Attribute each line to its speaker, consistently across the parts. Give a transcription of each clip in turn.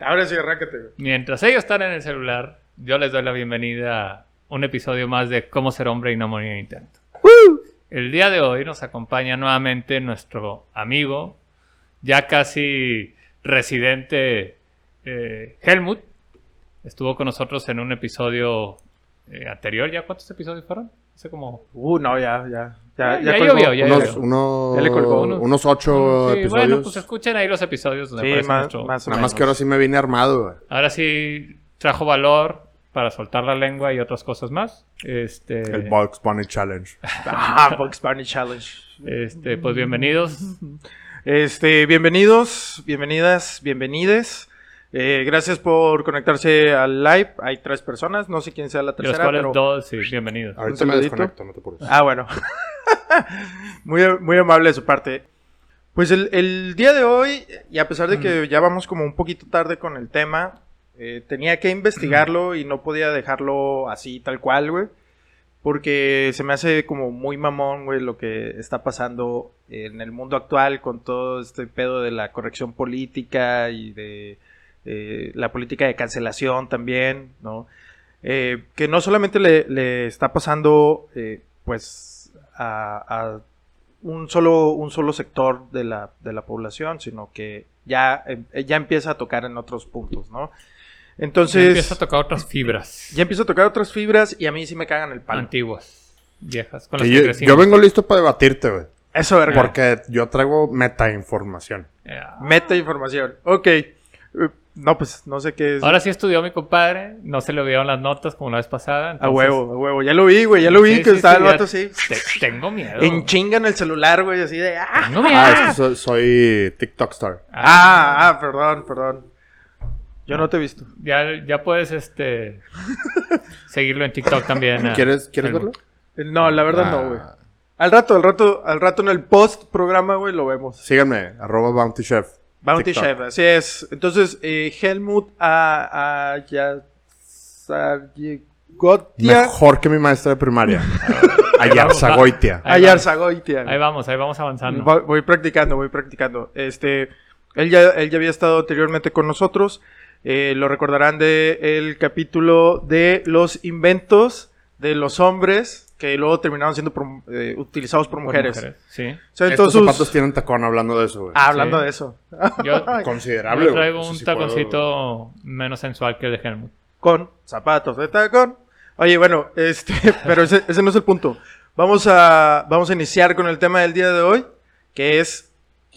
Speaker 1: Ahora sí, arrácate. güey.
Speaker 2: Mientras ellos están en el celular, yo les doy la bienvenida a un episodio más de Cómo ser hombre y no morir en intento. El día de hoy nos acompaña nuevamente nuestro amigo, ya casi residente eh, Helmut. Estuvo con nosotros en un episodio eh, anterior. ¿Ya cuántos episodios fueron? Hace como
Speaker 1: Uh, no, ya, ya.
Speaker 2: Ya-
Speaker 1: Ya,
Speaker 2: ya
Speaker 1: colgó.
Speaker 2: llovió, ya
Speaker 1: Unos-
Speaker 2: llovió.
Speaker 3: unos, unos,
Speaker 1: Ya le colgó
Speaker 2: unos-
Speaker 3: unos
Speaker 1: Ah,
Speaker 3: ocho
Speaker 2: Sí,
Speaker 3: episodios.
Speaker 2: Bueno, pues escuchen ahí los episodios donde
Speaker 1: Sí,
Speaker 2: aparece
Speaker 1: más,
Speaker 2: nuestro-
Speaker 1: más o
Speaker 3: Nada
Speaker 1: menos.
Speaker 3: más que ahora sí me vine armado, güey.
Speaker 2: Ahora sí trajo valor para soltar la lengua y otras cosas más. Este,
Speaker 3: El Box Bunny Challenge.
Speaker 1: Ah, Box Bunny Challenge.
Speaker 2: este, pues bienvenidos.
Speaker 1: Este, bienvenidos, bienvenidas, bienvenides. Eh, gracias por conectarse al live. Hay tres personas, no sé quién sea la
Speaker 2: De los
Speaker 1: tercera,
Speaker 2: cuales
Speaker 1: pero...
Speaker 2: dos, sí, bienvenidos.
Speaker 3: Ahorita me
Speaker 1: saludito?
Speaker 3: desconecto, no te preocupes.
Speaker 1: Ah, bueno. muy, muy amable de su parte. Pues el, el día de hoy, y a pesar de que ya vamos como un poquito tarde con el tema, eh, tenía que investigarlo y no podía dejarlo así tal cual, güey. Porque se me hace como muy mamón, güey, lo que está pasando en el mundo actual con todo este pedo de la corrección política y de eh, la política de cancelación también, ¿no? Eh, que no solamente le, le está pasando, eh, pues, a, a un, solo, un solo sector de la, de la población, sino que ya, eh, ya empieza a tocar en otros puntos, ¿no? Entonces,
Speaker 2: Ya Empiezo a tocar otras fibras
Speaker 1: ya empieza a tocar otras fibras y a mí sí me cagan el palo.
Speaker 2: antiguas, viejas, con
Speaker 3: Que
Speaker 2: las que
Speaker 3: yo,
Speaker 2: crecimos.
Speaker 3: yo vengo listo para debatirte, güey.
Speaker 1: Eso, verga.
Speaker 3: Porque yo traigo metainformación.
Speaker 2: Eh,
Speaker 1: Meta información. Ok. Eh, No, pues no sé qué es.
Speaker 2: Ahora sí estudió mi compadre, no se le olvidaron las notas como la vez pasada.
Speaker 1: a
Speaker 2: entonces-
Speaker 1: huevo, a huevo. Ya lo vi, güey. Ya lo vi
Speaker 2: Sí,
Speaker 1: que
Speaker 2: sí,
Speaker 1: estaba
Speaker 2: sí,
Speaker 1: el
Speaker 2: ya
Speaker 1: vato así.
Speaker 2: te- tengo miedo.
Speaker 1: En chinga en el celular, güey. Así de. ¡Ah!
Speaker 2: Tengo miedo.
Speaker 3: Ah, es que soy, soy TikTok star.
Speaker 1: ah, ah, perdón, perdón. Yo no te he visto.
Speaker 2: Ya, ya puedes este seguirlo en TikTok también. ah. a-
Speaker 3: ¿Quieres, ¿quieres
Speaker 2: Helmut.
Speaker 3: verlo?
Speaker 1: Eh, No, Ah. la verdad
Speaker 3: Ah.
Speaker 1: no, güey. Al rato, al rato, al rato en el post programa, güey, lo vemos.
Speaker 3: Síganme, arroba Bounty Chef.
Speaker 1: Bounty
Speaker 3: TikTok.
Speaker 1: Chef, así es. Entonces, eh, Helmut a. a. ya. Gotia.
Speaker 3: Mejor que mi maestra de primaria. Ayarzagoitia.
Speaker 2: Ahí
Speaker 1: Ayar
Speaker 2: vamos.
Speaker 1: Zagoitia.
Speaker 2: Ahí vamos, ahí vamos avanzando.
Speaker 1: Voy, voy practicando, voy practicando. Este, él ya, él ya había estado anteriormente con nosotros. Eh, lo recordarán del el capítulo de los inventos de los hombres que luego terminaron siendo prom- eh, utilizados por
Speaker 2: Por
Speaker 1: mujeres.
Speaker 2: Sí.
Speaker 1: O sea,
Speaker 3: Estos
Speaker 1: entonces-
Speaker 3: zapatos tienen tacón hablando de eso, güey.
Speaker 1: Ah, hablando
Speaker 2: Sí.
Speaker 1: de eso.
Speaker 2: Yo,
Speaker 3: Considerable,
Speaker 2: yo
Speaker 3: güey.
Speaker 2: traigo
Speaker 3: Eso
Speaker 2: un
Speaker 3: sí puedo-
Speaker 2: taconcito menos sensual que el de Helmut.
Speaker 1: Con zapatos de tacón. Oye, bueno, este, pero ese, ese no es el punto. Vamos a, vamos a iniciar con el tema del día de hoy, que es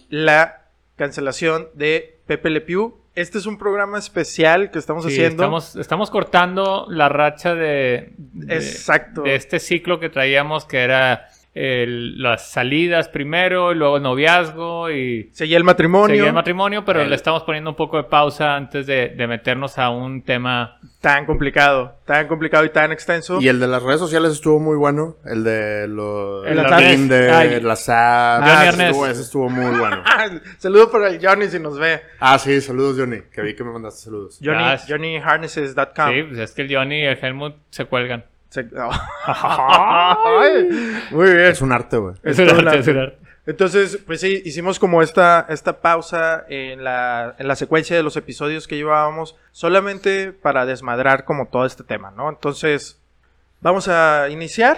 Speaker 1: la cancelación de Pepe Le Pew. Este es un programa especial que estamos
Speaker 2: Sí,
Speaker 1: haciendo.
Speaker 2: estamos, estamos cortando la racha de, de-
Speaker 1: Exacto.
Speaker 2: de este ciclo que traíamos que era el- las salidas primero, y luego el noviazgo y
Speaker 1: Seguía el matrimonio.
Speaker 2: seguía el matrimonio, pero
Speaker 3: El-
Speaker 2: le estamos poniendo un poco de pausa antes de, de meternos a un tema.
Speaker 1: Tan complicado, tan complicado y tan extenso.
Speaker 3: Y el de las redes sociales estuvo muy bueno. El de los...
Speaker 2: El
Speaker 3: El
Speaker 2: Atabes. Ay.
Speaker 3: de las apps.
Speaker 2: Johnny
Speaker 3: estuvo-
Speaker 2: Ernest.
Speaker 3: Ese estuvo muy bueno.
Speaker 1: Ah, Saludo para el Johnny si nos ve.
Speaker 3: Ah, sí, saludos, Johnny. Que vi que me mandaste saludos.
Speaker 1: Johnny,
Speaker 2: Gracias.
Speaker 1: JohnnyHarnesses.com.
Speaker 2: Sí, pues es que el Johnny y el Helmut se cuelgan.
Speaker 1: Se- Ay, Muy bien.
Speaker 3: Es un arte, güey.
Speaker 1: Es
Speaker 2: Es un
Speaker 1: todo
Speaker 2: arte,
Speaker 1: la-
Speaker 2: es un arte.
Speaker 1: Entonces, pues sí, hicimos como esta, esta pausa en la, en la secuencia de los episodios que llevábamos, solamente para desmadrar como todo este tema, ¿no? Entonces, vamos a iniciar.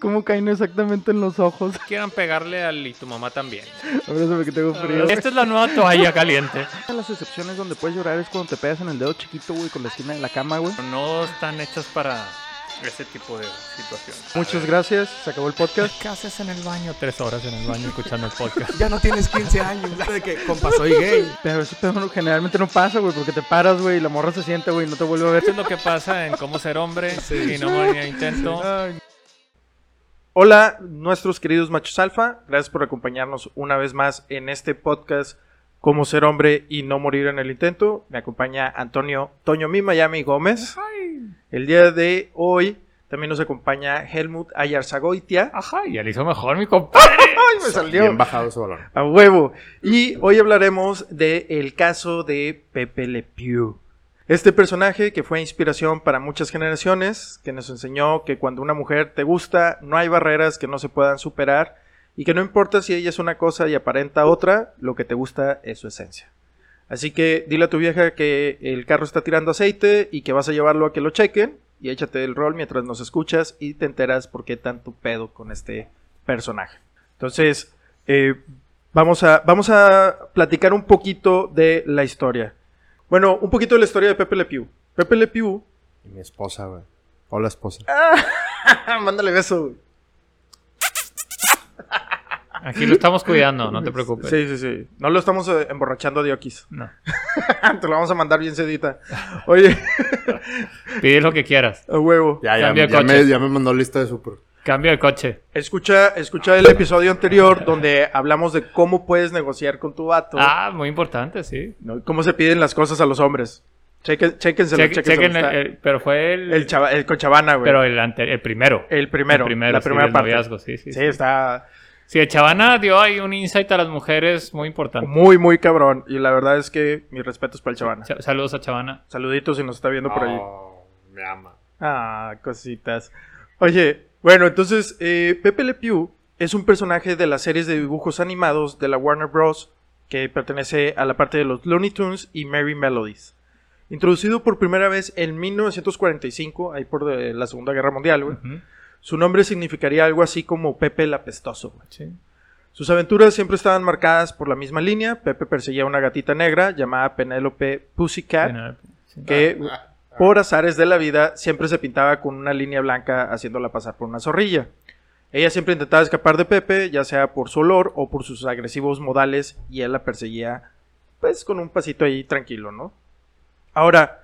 Speaker 1: ¿Cómo caen exactamente en los ojos?
Speaker 2: Quieran pegarle al y tu mamá también.
Speaker 1: Abrázame que tengo
Speaker 2: Esta es la nueva toalla caliente.
Speaker 4: Las excepciones donde puedes llorar es cuando te pegas en el dedo chiquito, güey, con la esquina de la cama, güey.
Speaker 2: No están hechas para ese tipo de situaciones.
Speaker 1: Muchas gracias, se acabó el podcast.
Speaker 2: ¿Qué haces en el baño? Tres horas en el baño escuchando el podcast.
Speaker 5: Ya no tienes 15 años. De que, compa, soy gay.
Speaker 4: Pero eso pedo no- generalmente no pasa, güey, porque te paras, güey, y la morra se siente, güey, y no te vuelve a ver.
Speaker 2: Esto es lo que pasa en cómo ser hombre y no morir en intento.
Speaker 1: Hola, nuestros queridos machos alfa. Gracias por acompañarnos una vez más en este podcast Cómo ser hombre y no morir en el intento. Me acompaña Antonio Toño Mi Miami Gómez. El día de hoy también nos acompaña Helmut Ayarzagoitia.
Speaker 2: Ajá, ya le hizo mejor mi compadre.
Speaker 1: ¡Ay, me salió!
Speaker 3: Bien bajado ese balón.
Speaker 1: A huevo. Y hoy hablaremos del caso de Pepe Le Pew. Este personaje que fue inspiración para muchas generaciones, que nos enseñó que cuando una mujer te gusta, no hay barreras que no se puedan superar y que no importa si ella es una cosa y aparenta otra, lo que te gusta es su esencia. Así que dile a tu vieja que el carro está tirando aceite y que vas a llevarlo a que lo chequen y échate el rol mientras nos escuchas y te enteras por qué tanto pedo con este personaje. Entonces, eh, vamos, a, vamos a platicar un poquito de la historia. Bueno, un poquito de la historia de Pepe Le Pew. Pepe Le Pew
Speaker 3: Y mi esposa, güey. Hola, esposa.
Speaker 1: Mándale beso. güey.
Speaker 2: Aquí lo estamos cuidando, no te preocupes.
Speaker 1: Sí, sí, sí. No lo estamos eh, emborrachando de oquis.
Speaker 2: No.
Speaker 1: Te lo vamos a mandar bien sedita. Oye,
Speaker 2: Pide lo que quieras.
Speaker 1: a huevo.
Speaker 3: Ya, ya,
Speaker 2: Cambia
Speaker 3: ya,
Speaker 2: coche.
Speaker 3: me, ya me mandó lista de super.
Speaker 2: Cambio de coche.
Speaker 1: Escucha, escucha el episodio anterior donde hablamos de cómo puedes negociar con tu vato.
Speaker 2: Ah, muy importante, sí.
Speaker 1: ¿no? Cómo se piden las cosas a los hombres. Cheque, chéquenselo,
Speaker 2: Chequen-
Speaker 1: chéquenselo,
Speaker 2: chequen el-
Speaker 1: está-
Speaker 2: el- pero fue el,
Speaker 1: el, chava- el con Chavana, güey.
Speaker 2: pero el, ante- el primero.
Speaker 1: el primero,
Speaker 2: El primero,
Speaker 1: la
Speaker 2: sí,
Speaker 1: primera
Speaker 2: del
Speaker 1: parte.
Speaker 2: noviazgo, sí, sí,
Speaker 1: sí,
Speaker 2: sí.
Speaker 1: está
Speaker 2: Sí, el Chavana dio ahí un insight a las mujeres muy importante.
Speaker 1: muy, muy cabrón. Y la verdad es que mis respetos para el Chavana.
Speaker 2: Sa- Saludos a Chavana.
Speaker 1: Saluditos si nos está viendo por ahí.
Speaker 3: Oh, me ama.
Speaker 1: Ah, cositas. Oye, bueno, entonces eh, Pepe Le Pew es un personaje de las series de dibujos animados de la Warner Bros. que pertenece a la parte de los Looney Tunes y Merry Melodies. Introducido por primera vez en 1945, ahí por de- la Segunda Guerra Mundial, güey,
Speaker 2: Ujú,
Speaker 1: su nombre significaría algo así como Pepe el Apestoso. güey.
Speaker 2: sí.
Speaker 1: Sus aventuras siempre estaban marcadas por la misma línea. Pepe perseguía a una gatita negra llamada Penélope Pussycat
Speaker 2: Tiene- sí.
Speaker 1: que por azares de la vida siempre se pintaba con una línea blanca haciéndola pasar por una zorrilla. Ella siempre intentaba escapar de Pepe, ya sea por su olor o por sus agresivos modales, y él la perseguía pues con un pasito ahí tranquilo, ¿no? Ahora,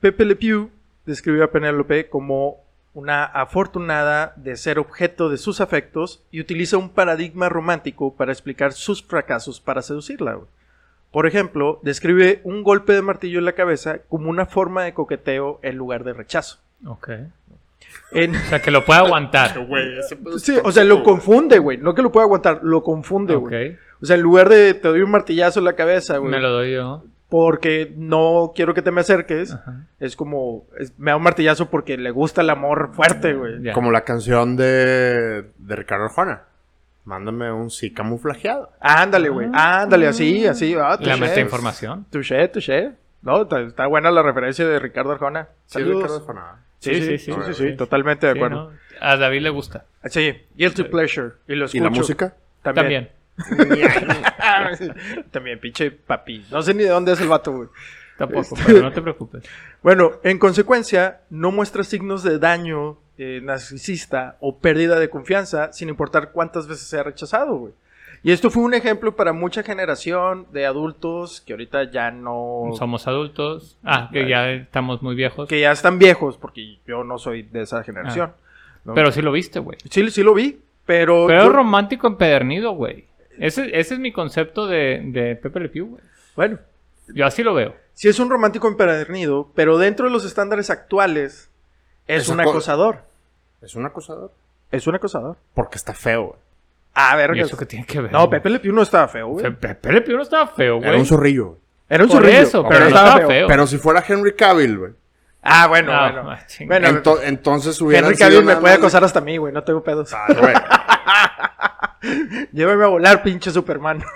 Speaker 1: Pepe Le Pew describió a Penélope como una afortunada de ser objeto de sus afectos y utiliza un paradigma romántico para explicar sus fracasos para seducirla. güey. Por ejemplo, describe un golpe de martillo en la cabeza como una forma de coqueteo en lugar de rechazo.
Speaker 2: Ok.
Speaker 1: En-
Speaker 2: O sea, que lo puede aguantar.
Speaker 3: Güey, ese pedo
Speaker 1: Sí,
Speaker 3: está
Speaker 1: o sea, lo
Speaker 3: tóxico,
Speaker 1: confunde, güey. No que lo pueda aguantar, lo confunde,
Speaker 2: Oh. ok.
Speaker 1: güey. O sea, en lugar de te doy un martillazo en la cabeza, güey,
Speaker 2: Me lo doy yo.
Speaker 1: porque no quiero que te me acerques,
Speaker 2: Ajá.
Speaker 1: es como, es- me da un martillazo porque le gusta el amor fuerte, güey.
Speaker 2: Ya.
Speaker 3: Como la canción de, de Ricardo Arjona. Mándame un sí camuflajeado.
Speaker 1: Ándale, güey. Ándale, así, así. Ah,
Speaker 2: Ah. La
Speaker 1: touché.
Speaker 2: meta información.
Speaker 1: Touché, touché. No, está, está buena la referencia de Ricardo Arjona.
Speaker 3: Sí,
Speaker 1: Saludos.
Speaker 3: Ricardo Arjona.
Speaker 1: Sí, sí, sí, sí, sí, totalmente de
Speaker 2: Sí,
Speaker 1: acuerdo.
Speaker 2: ¿no? A David le gusta.
Speaker 1: Sí, Guilty Pleasure. Y lo
Speaker 3: ¿Y la
Speaker 1: escucho.
Speaker 3: música?
Speaker 2: También.
Speaker 1: También. También, pinche papi. No sé ni de dónde es el vato, güey. Este-
Speaker 2: Tampoco, pero no te preocupes.
Speaker 1: Bueno, en consecuencia, no muestra signos de daño eh, narcisista o pérdida de confianza, sin importar cuántas veces sea rechazado, güey. Y esto fue un ejemplo para mucha generación de adultos que ahorita ya no...
Speaker 2: Somos adultos. Ah, que ya estamos muy viejos.
Speaker 1: Que ya están viejos, porque yo no soy de esa generación. ¿no?
Speaker 2: Ah. Pero sí lo viste, güey.
Speaker 1: sí, sí lo vi, pero...
Speaker 2: Pero
Speaker 1: yo-
Speaker 2: romántico empedernido, güey. Ese, ese es mi concepto de, de Pepe Le Pew, güey.
Speaker 1: Bueno,
Speaker 2: Yo así lo veo.
Speaker 1: sí es un romántico empedernido, pero dentro de los estándares actuales es
Speaker 3: Esa
Speaker 1: un
Speaker 3: co-
Speaker 1: acosador.
Speaker 3: ¿Es un acosador?
Speaker 1: Es un acosador.
Speaker 3: Porque está feo, güey.
Speaker 1: Ah, A ver,
Speaker 2: ¿Y eso qué tiene que ver?
Speaker 1: No,
Speaker 2: güey?
Speaker 1: Pepe Le Pew no estaba feo,
Speaker 2: O
Speaker 1: güey.
Speaker 2: sea, Pepe Le Pew no estaba feo, güey.
Speaker 3: Era un zorrillo, güey.
Speaker 1: Era un
Speaker 2: Por
Speaker 1: zorrillo,
Speaker 2: eso,
Speaker 1: pero no estaba feo.
Speaker 3: Pero si fuera Henry Cavill, güey.
Speaker 1: Ah, bueno,
Speaker 2: Ah,
Speaker 1: bueno.
Speaker 2: ah, chinga.
Speaker 1: Bueno,
Speaker 3: Ento- entonces hubiera
Speaker 1: Henry Cavill me puede acosar hasta mí, güey. No tengo pedos.
Speaker 2: Ah.
Speaker 1: Llévame a volar, pinche Superman.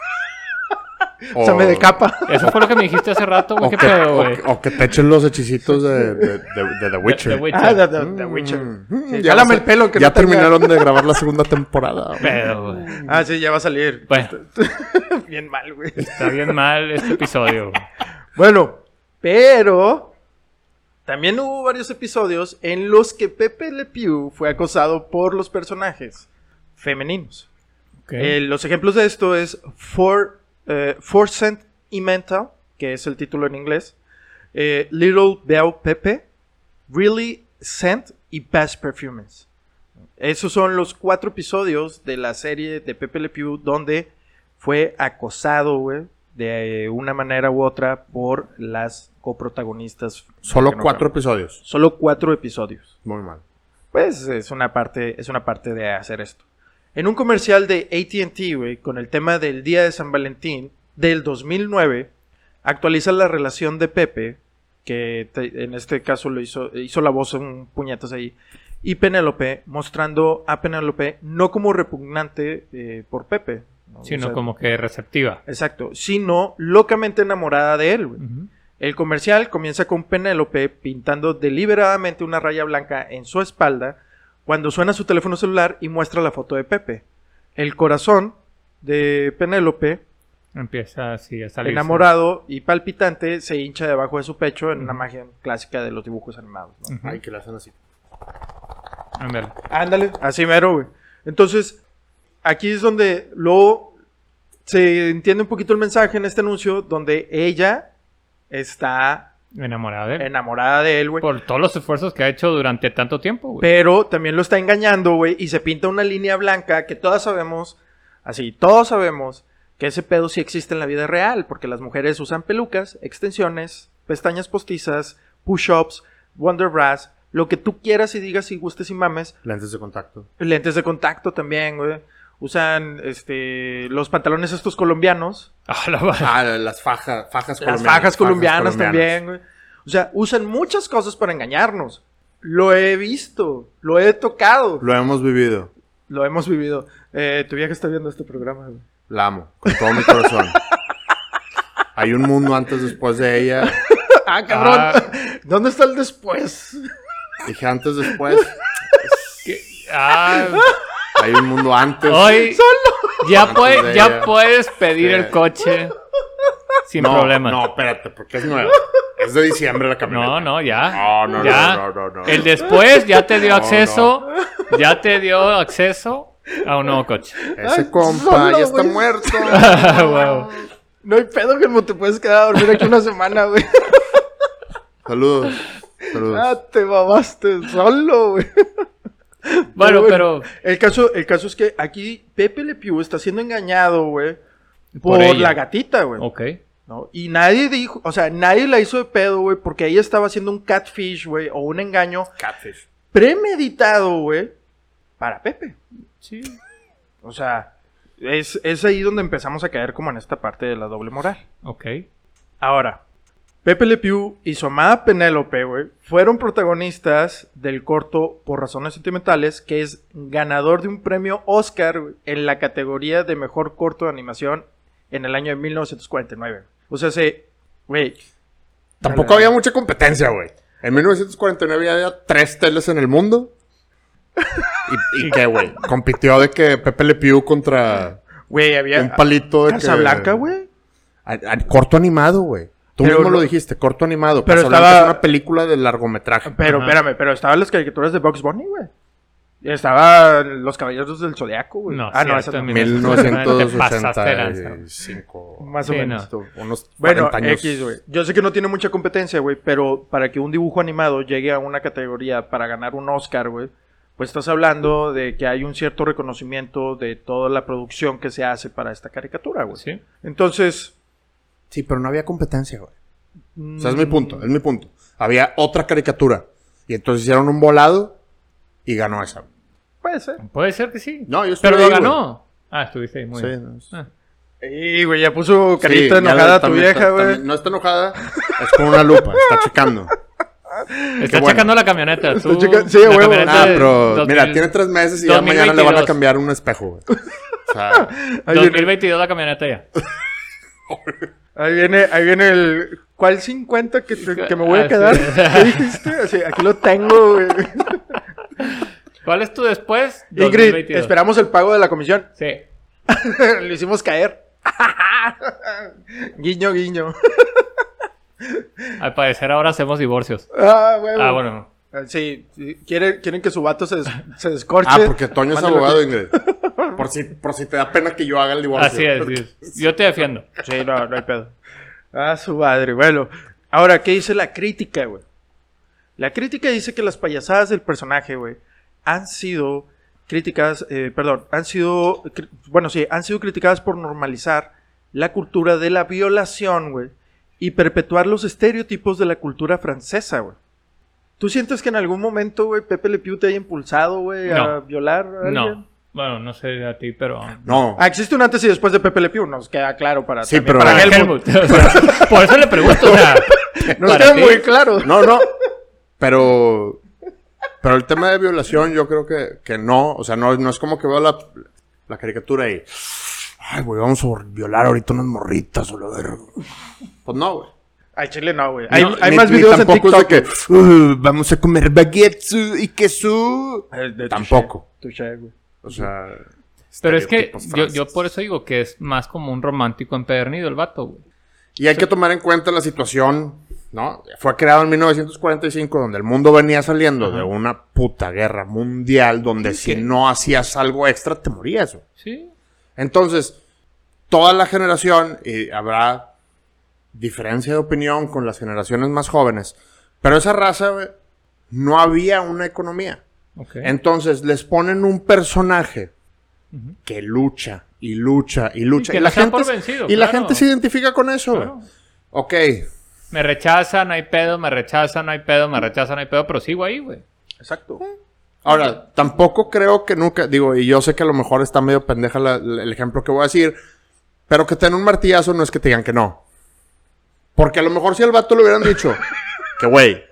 Speaker 1: o
Speaker 3: Oh.
Speaker 1: sea, me decapa.
Speaker 2: Eso fue lo que me dijiste hace rato, güey.
Speaker 3: O
Speaker 2: ¿Qué
Speaker 3: que,
Speaker 2: pedo,
Speaker 3: o
Speaker 2: güey?
Speaker 3: que- o que te echen los hechicitos de, de- de- de The Witcher.
Speaker 2: The Witcher.
Speaker 1: Ah, de, de- de Witcher.
Speaker 3: Mm,
Speaker 1: Sí,
Speaker 3: ya
Speaker 1: jálame
Speaker 3: vas a-
Speaker 1: el pelo que
Speaker 3: ya
Speaker 1: no tenga-
Speaker 3: terminaron de grabar la segunda temporada. güey.
Speaker 2: Pedo, güey.
Speaker 1: Ah, sí, ya va a salir.
Speaker 2: Bueno,
Speaker 1: Bien mal, güey.
Speaker 2: está bien mal este episodio. güey.
Speaker 1: Bueno, pero también hubo varios episodios en los que Pepe Le Pew fue acosado por los personajes femeninos.
Speaker 2: Ok.
Speaker 1: Eh, los ejemplos de esto es For, eh, For Cent y Mental, que es el título en inglés, eh, Little Bell Pepe, Really Scent y Past Perfumes. Esos son los cuatro episodios de la serie de Pepe Le Pew donde fue acosado, güey, de una manera u otra por las coprotagonistas.
Speaker 3: Solo
Speaker 1: Que no
Speaker 3: cuatro
Speaker 1: fueron.
Speaker 3: episodios.
Speaker 1: Solo cuatro episodios
Speaker 3: Muy mal.
Speaker 1: pues es una parte, es una parte de hacer esto. En un comercial de ATT, güey, con el tema del Día de San Valentín del 2009, actualiza la relación de Pepe, que te- en este caso lo hizo, hizo la voz en un puñetazo ahí, y Penélope, mostrando a Penélope no como repugnante eh, por Pepe, ¿no?
Speaker 2: sino
Speaker 1: O sea,
Speaker 2: como que receptiva.
Speaker 1: Exacto, sino locamente enamorada de él, güey.
Speaker 2: Ujú.
Speaker 1: El comercial comienza con Penélope pintando deliberadamente una raya blanca en su espalda cuando suena su teléfono celular y muestra la foto de Pepe. El corazón de Penélope,
Speaker 2: Empieza así a salir.
Speaker 1: enamorado y palpitante, se hincha debajo de su pecho en una
Speaker 2: Ujú.
Speaker 1: magia clásica de los dibujos animados. ¿no?
Speaker 3: Ay, que la hacen así.
Speaker 1: Ándale, así mero, güey. Entonces, aquí es donde luego se entiende un poquito el mensaje en este anuncio donde ella está
Speaker 2: enamorado de él.
Speaker 1: enamorada de él, güey.
Speaker 2: Por todos los esfuerzos que ha hecho durante tanto tiempo, güey.
Speaker 1: Pero también lo está engañando, güey, y se pinta una línea blanca que todas sabemos, así, todos sabemos que ese pedo sí existe en la vida real, porque las mujeres usan pelucas, extensiones, pestañas postizas, push-ups, wonder bras, lo que tú quieras y digas y gustes y mames,
Speaker 3: Lentes de contacto.
Speaker 1: lentes de contacto también, güey. Usan este los pantalones estos colombianos,
Speaker 2: Ah, la va-
Speaker 3: Ah, las faja- fajas
Speaker 1: las fajas colombianas también, güey. O sea, usan muchas cosas para engañarnos. Lo he visto, lo he tocado.
Speaker 3: Lo hemos vivido.
Speaker 1: Lo hemos vivido. Eh, tu vieja está viendo este programa. güey.
Speaker 3: La amo, con todo mi corazón. Hay un mundo antes, después de ella.
Speaker 1: ah, cabrón.
Speaker 2: Ah.
Speaker 1: ¿Dónde está el después?
Speaker 3: Dije antes, después.
Speaker 2: Ah,
Speaker 3: Hay un mundo antes.
Speaker 2: hoy ya,
Speaker 3: Antes
Speaker 2: puede-
Speaker 3: de
Speaker 2: ya
Speaker 3: ella.
Speaker 2: puedes pedir
Speaker 3: Sí.
Speaker 2: el coche sin
Speaker 3: no,
Speaker 2: problema.
Speaker 3: No, espérate, porque es nuevo. Es de diciembre la camioneta.
Speaker 2: No, no, ya.
Speaker 3: No, no, no,
Speaker 2: Ya.
Speaker 3: no, no, no.
Speaker 2: El después ya te dio
Speaker 3: No,
Speaker 2: acceso. Ya te dio acceso a un nuevo coche.
Speaker 3: Ese
Speaker 1: Ay,
Speaker 3: compa
Speaker 1: solo,
Speaker 3: ya está
Speaker 1: güey.
Speaker 3: muerto.
Speaker 2: Ah, huevo.
Speaker 1: No hay pedo, Germo. Te puedes quedar a dormir aquí una semana, güey.
Speaker 3: Saludos. Saludos.
Speaker 1: Ah, te babaste solo, güey.
Speaker 2: Bueno,
Speaker 1: bueno.
Speaker 2: pero
Speaker 1: El caso, el caso es que aquí Pepe Le Pew está siendo engañado, güey.
Speaker 2: Por
Speaker 1: Por,
Speaker 2: ella.
Speaker 1: la gatita, güey.
Speaker 2: ok.
Speaker 1: ¿no? Y nadie dijo, o sea, nadie la hizo de pedo, güey, porque ella estaba haciendo un catfish, güey, o un engaño
Speaker 3: Catfish.
Speaker 1: premeditado, güey, para Pepe.
Speaker 2: Sí.
Speaker 1: O sea, es, es ahí donde empezamos a caer como en esta parte de la doble moral.
Speaker 2: Ok.
Speaker 1: Ahora, Pepe Le Pew y su amada Penélope, güey, fueron protagonistas del corto Por Razones Sentimentales, que es ganador de un premio Oscar güey, en la categoría de mejor corto de animación en el año de 1949. O sea, se. Güey,
Speaker 3: Tampoco había mucha competencia, güey. En 1949 ya había tres teles en el mundo. ¿Y, y qué, güey? Compitió de que Pepe Le Pew contra
Speaker 1: güey, había.
Speaker 3: un palito de
Speaker 1: Casablanca,
Speaker 3: que...
Speaker 1: güey.
Speaker 3: A- a- corto animado, güey. Tú
Speaker 1: Pero
Speaker 3: mismo
Speaker 1: no-
Speaker 3: lo dijiste, corto animado.
Speaker 1: pero
Speaker 3: Pero
Speaker 1: estaba-
Speaker 3: es una película de largometraje.
Speaker 1: Pero
Speaker 2: Ajá.
Speaker 1: espérame, pero estaban las caricaturas de Box Bunny, güey. Estaban los Caballeros del Zodiaco, güey.
Speaker 2: No,
Speaker 1: ah, no,
Speaker 2: cierto,
Speaker 1: esa no.
Speaker 2: mira.
Speaker 3: 1985.
Speaker 1: Más o
Speaker 2: Sí,
Speaker 1: menos.
Speaker 3: Esto, Unos 40
Speaker 1: Bueno,
Speaker 3: años.
Speaker 1: X, güey. Yo sé que no tiene mucha competencia, güey, pero para que un dibujo animado llegue a una categoría para ganar un Oscar, güey, pues estás hablando de que hay un cierto reconocimiento de toda la producción que se hace para esta caricatura, güey.
Speaker 2: Sí.
Speaker 1: Entonces...
Speaker 3: Sí, pero no había competencia, güey.
Speaker 1: mm,
Speaker 3: O sea, es mi punto, es mi punto. Había otra caricatura. Y entonces hicieron un volado y ganó esa. güey.
Speaker 1: Puede ser.
Speaker 2: Puede ser que sí.
Speaker 3: No, yo estuve
Speaker 2: pero lo
Speaker 3: ahí,
Speaker 2: ganó. Ah, estuviste ahí, muy
Speaker 3: Sí,
Speaker 2: bien.
Speaker 3: no es-
Speaker 2: Ah.
Speaker 1: Y, güey, ya puso
Speaker 3: Sí,
Speaker 1: carita
Speaker 3: ya
Speaker 1: enojada a tu
Speaker 3: también
Speaker 1: vieja,
Speaker 3: está-
Speaker 1: güey.
Speaker 3: también- No está enojada, es con una lupa, está checando.
Speaker 2: Está
Speaker 3: bueno.
Speaker 2: checando la camioneta.
Speaker 1: Está
Speaker 2: tú,
Speaker 1: checa- sí, a
Speaker 2: la
Speaker 1: huevo.
Speaker 2: camioneta
Speaker 3: Ah,
Speaker 2: del
Speaker 3: pero
Speaker 2: 2000
Speaker 3: mira, tiene tres meses y ya mañana le van a
Speaker 2: 2022.
Speaker 3: cambiar un espejo, güey. O sea,
Speaker 1: Ahí viene,
Speaker 2: 2022 la camioneta ya.
Speaker 1: ahí viene, ahí viene el... ¿Cuál 50 que, te- que me voy a
Speaker 2: Ah,
Speaker 1: quedar?
Speaker 2: sí.
Speaker 1: ¿Qué dijiste? Así, aquí lo tengo, güey.
Speaker 2: ¿Cuál es tu después?
Speaker 1: Ingrid,
Speaker 2: 2022.
Speaker 1: esperamos el pago de la comisión.
Speaker 2: Sí.
Speaker 1: Lo hicimos caer. guiño, guiño.
Speaker 2: Al parecer ahora hacemos divorcios.
Speaker 1: Ah, huevo.
Speaker 2: Ah, bueno. no.
Speaker 1: Sí, sí, quieren, quieren que su vato se, des- se descorche.
Speaker 3: ah, porque Toño es
Speaker 1: Mándalo
Speaker 3: abogado,
Speaker 1: aquí.
Speaker 3: Ingrid. Por si, por si te da pena que yo haga el divorcio.
Speaker 2: Así es. sí. Yo te defiendo.
Speaker 1: Sí, no, no hay pedo. Ah, su madre. Bueno, ahora, ¿qué dice la crítica, güey? La crítica dice que las payasadas del personaje, güey, han sido críticas, eh, perdón, han sido, cri- bueno, sí, han sido criticadas por normalizar la cultura de la violación, güey, y perpetuar los estereotipos de la cultura francesa, güey. ¿Tú sientes que en algún momento, güey, Pepe Le Pew te haya impulsado, güey, a
Speaker 2: No.
Speaker 1: violar a alguien?
Speaker 2: No. Bueno, no sé a ti, pero.
Speaker 3: No,
Speaker 1: Ah, existe un antes y después de Pepe Le Pew, nos queda claro para,
Speaker 3: Sí,
Speaker 1: también
Speaker 3: pero-
Speaker 1: para
Speaker 2: Para
Speaker 1: Helmut.
Speaker 2: Helmut. o sea, por eso le pregunto. O sea,
Speaker 1: Nos
Speaker 2: para
Speaker 1: queda
Speaker 2: ti.
Speaker 1: muy claro.
Speaker 3: no, no. Pero, pero el tema de violación yo creo que, que no. O sea, no, no es como que veo la, la caricatura y... Ay, güey, vamos a violar ahorita unas morritas o lo verga. Pues no, güey.
Speaker 1: Ay, chile no, güey. Hay,
Speaker 3: No,
Speaker 1: hay
Speaker 3: ni-
Speaker 1: más
Speaker 3: ni
Speaker 1: videos en
Speaker 3: tampoco es
Speaker 1: TikTok.
Speaker 3: de que, "Uh, vamos a comer baguettes uh, y queso.
Speaker 1: Eh, de
Speaker 3: Tampoco.
Speaker 1: touché, touché, güey.
Speaker 3: O sea,
Speaker 2: Pero es que
Speaker 3: estereotipos
Speaker 2: yo,
Speaker 3: franceses.
Speaker 2: yo por eso digo que es más como un romántico empedernido el vato, güey.
Speaker 3: Y hay que tomar en cuenta la situación, ¿no? Fue creado en 1945, donde el mundo venía saliendo de una puta guerra mundial, donde si no hacías algo extra, te morías. güey.
Speaker 2: Sí.
Speaker 3: Entonces, toda la generación, y habrá diferencia de opinión con las generaciones más jóvenes, pero esa raza, güey, no había una economía.
Speaker 2: Ok.
Speaker 3: Entonces les ponen un personaje que lucha y lucha y lucha.
Speaker 2: que
Speaker 3: y la,
Speaker 2: les da
Speaker 3: gente,
Speaker 2: por
Speaker 3: se-
Speaker 2: vencido,
Speaker 3: y la
Speaker 2: claro.
Speaker 3: gente se identifica con eso. güey.
Speaker 2: Claro.
Speaker 3: Ok,
Speaker 2: Me rechazan, no hay pedo, me rechazan, no hay pedo, me rechazan, no hay pedo, pero sigo ahí, güey.
Speaker 1: Exacto.
Speaker 3: ahora, tampoco creo que nunca, digo, y yo sé que a lo mejor está medio pendeja la- la- el ejemplo que voy a decir, pero que te den un martillazo no es que te digan que no. Porque a lo mejor si al vato le hubieran dicho, que güey,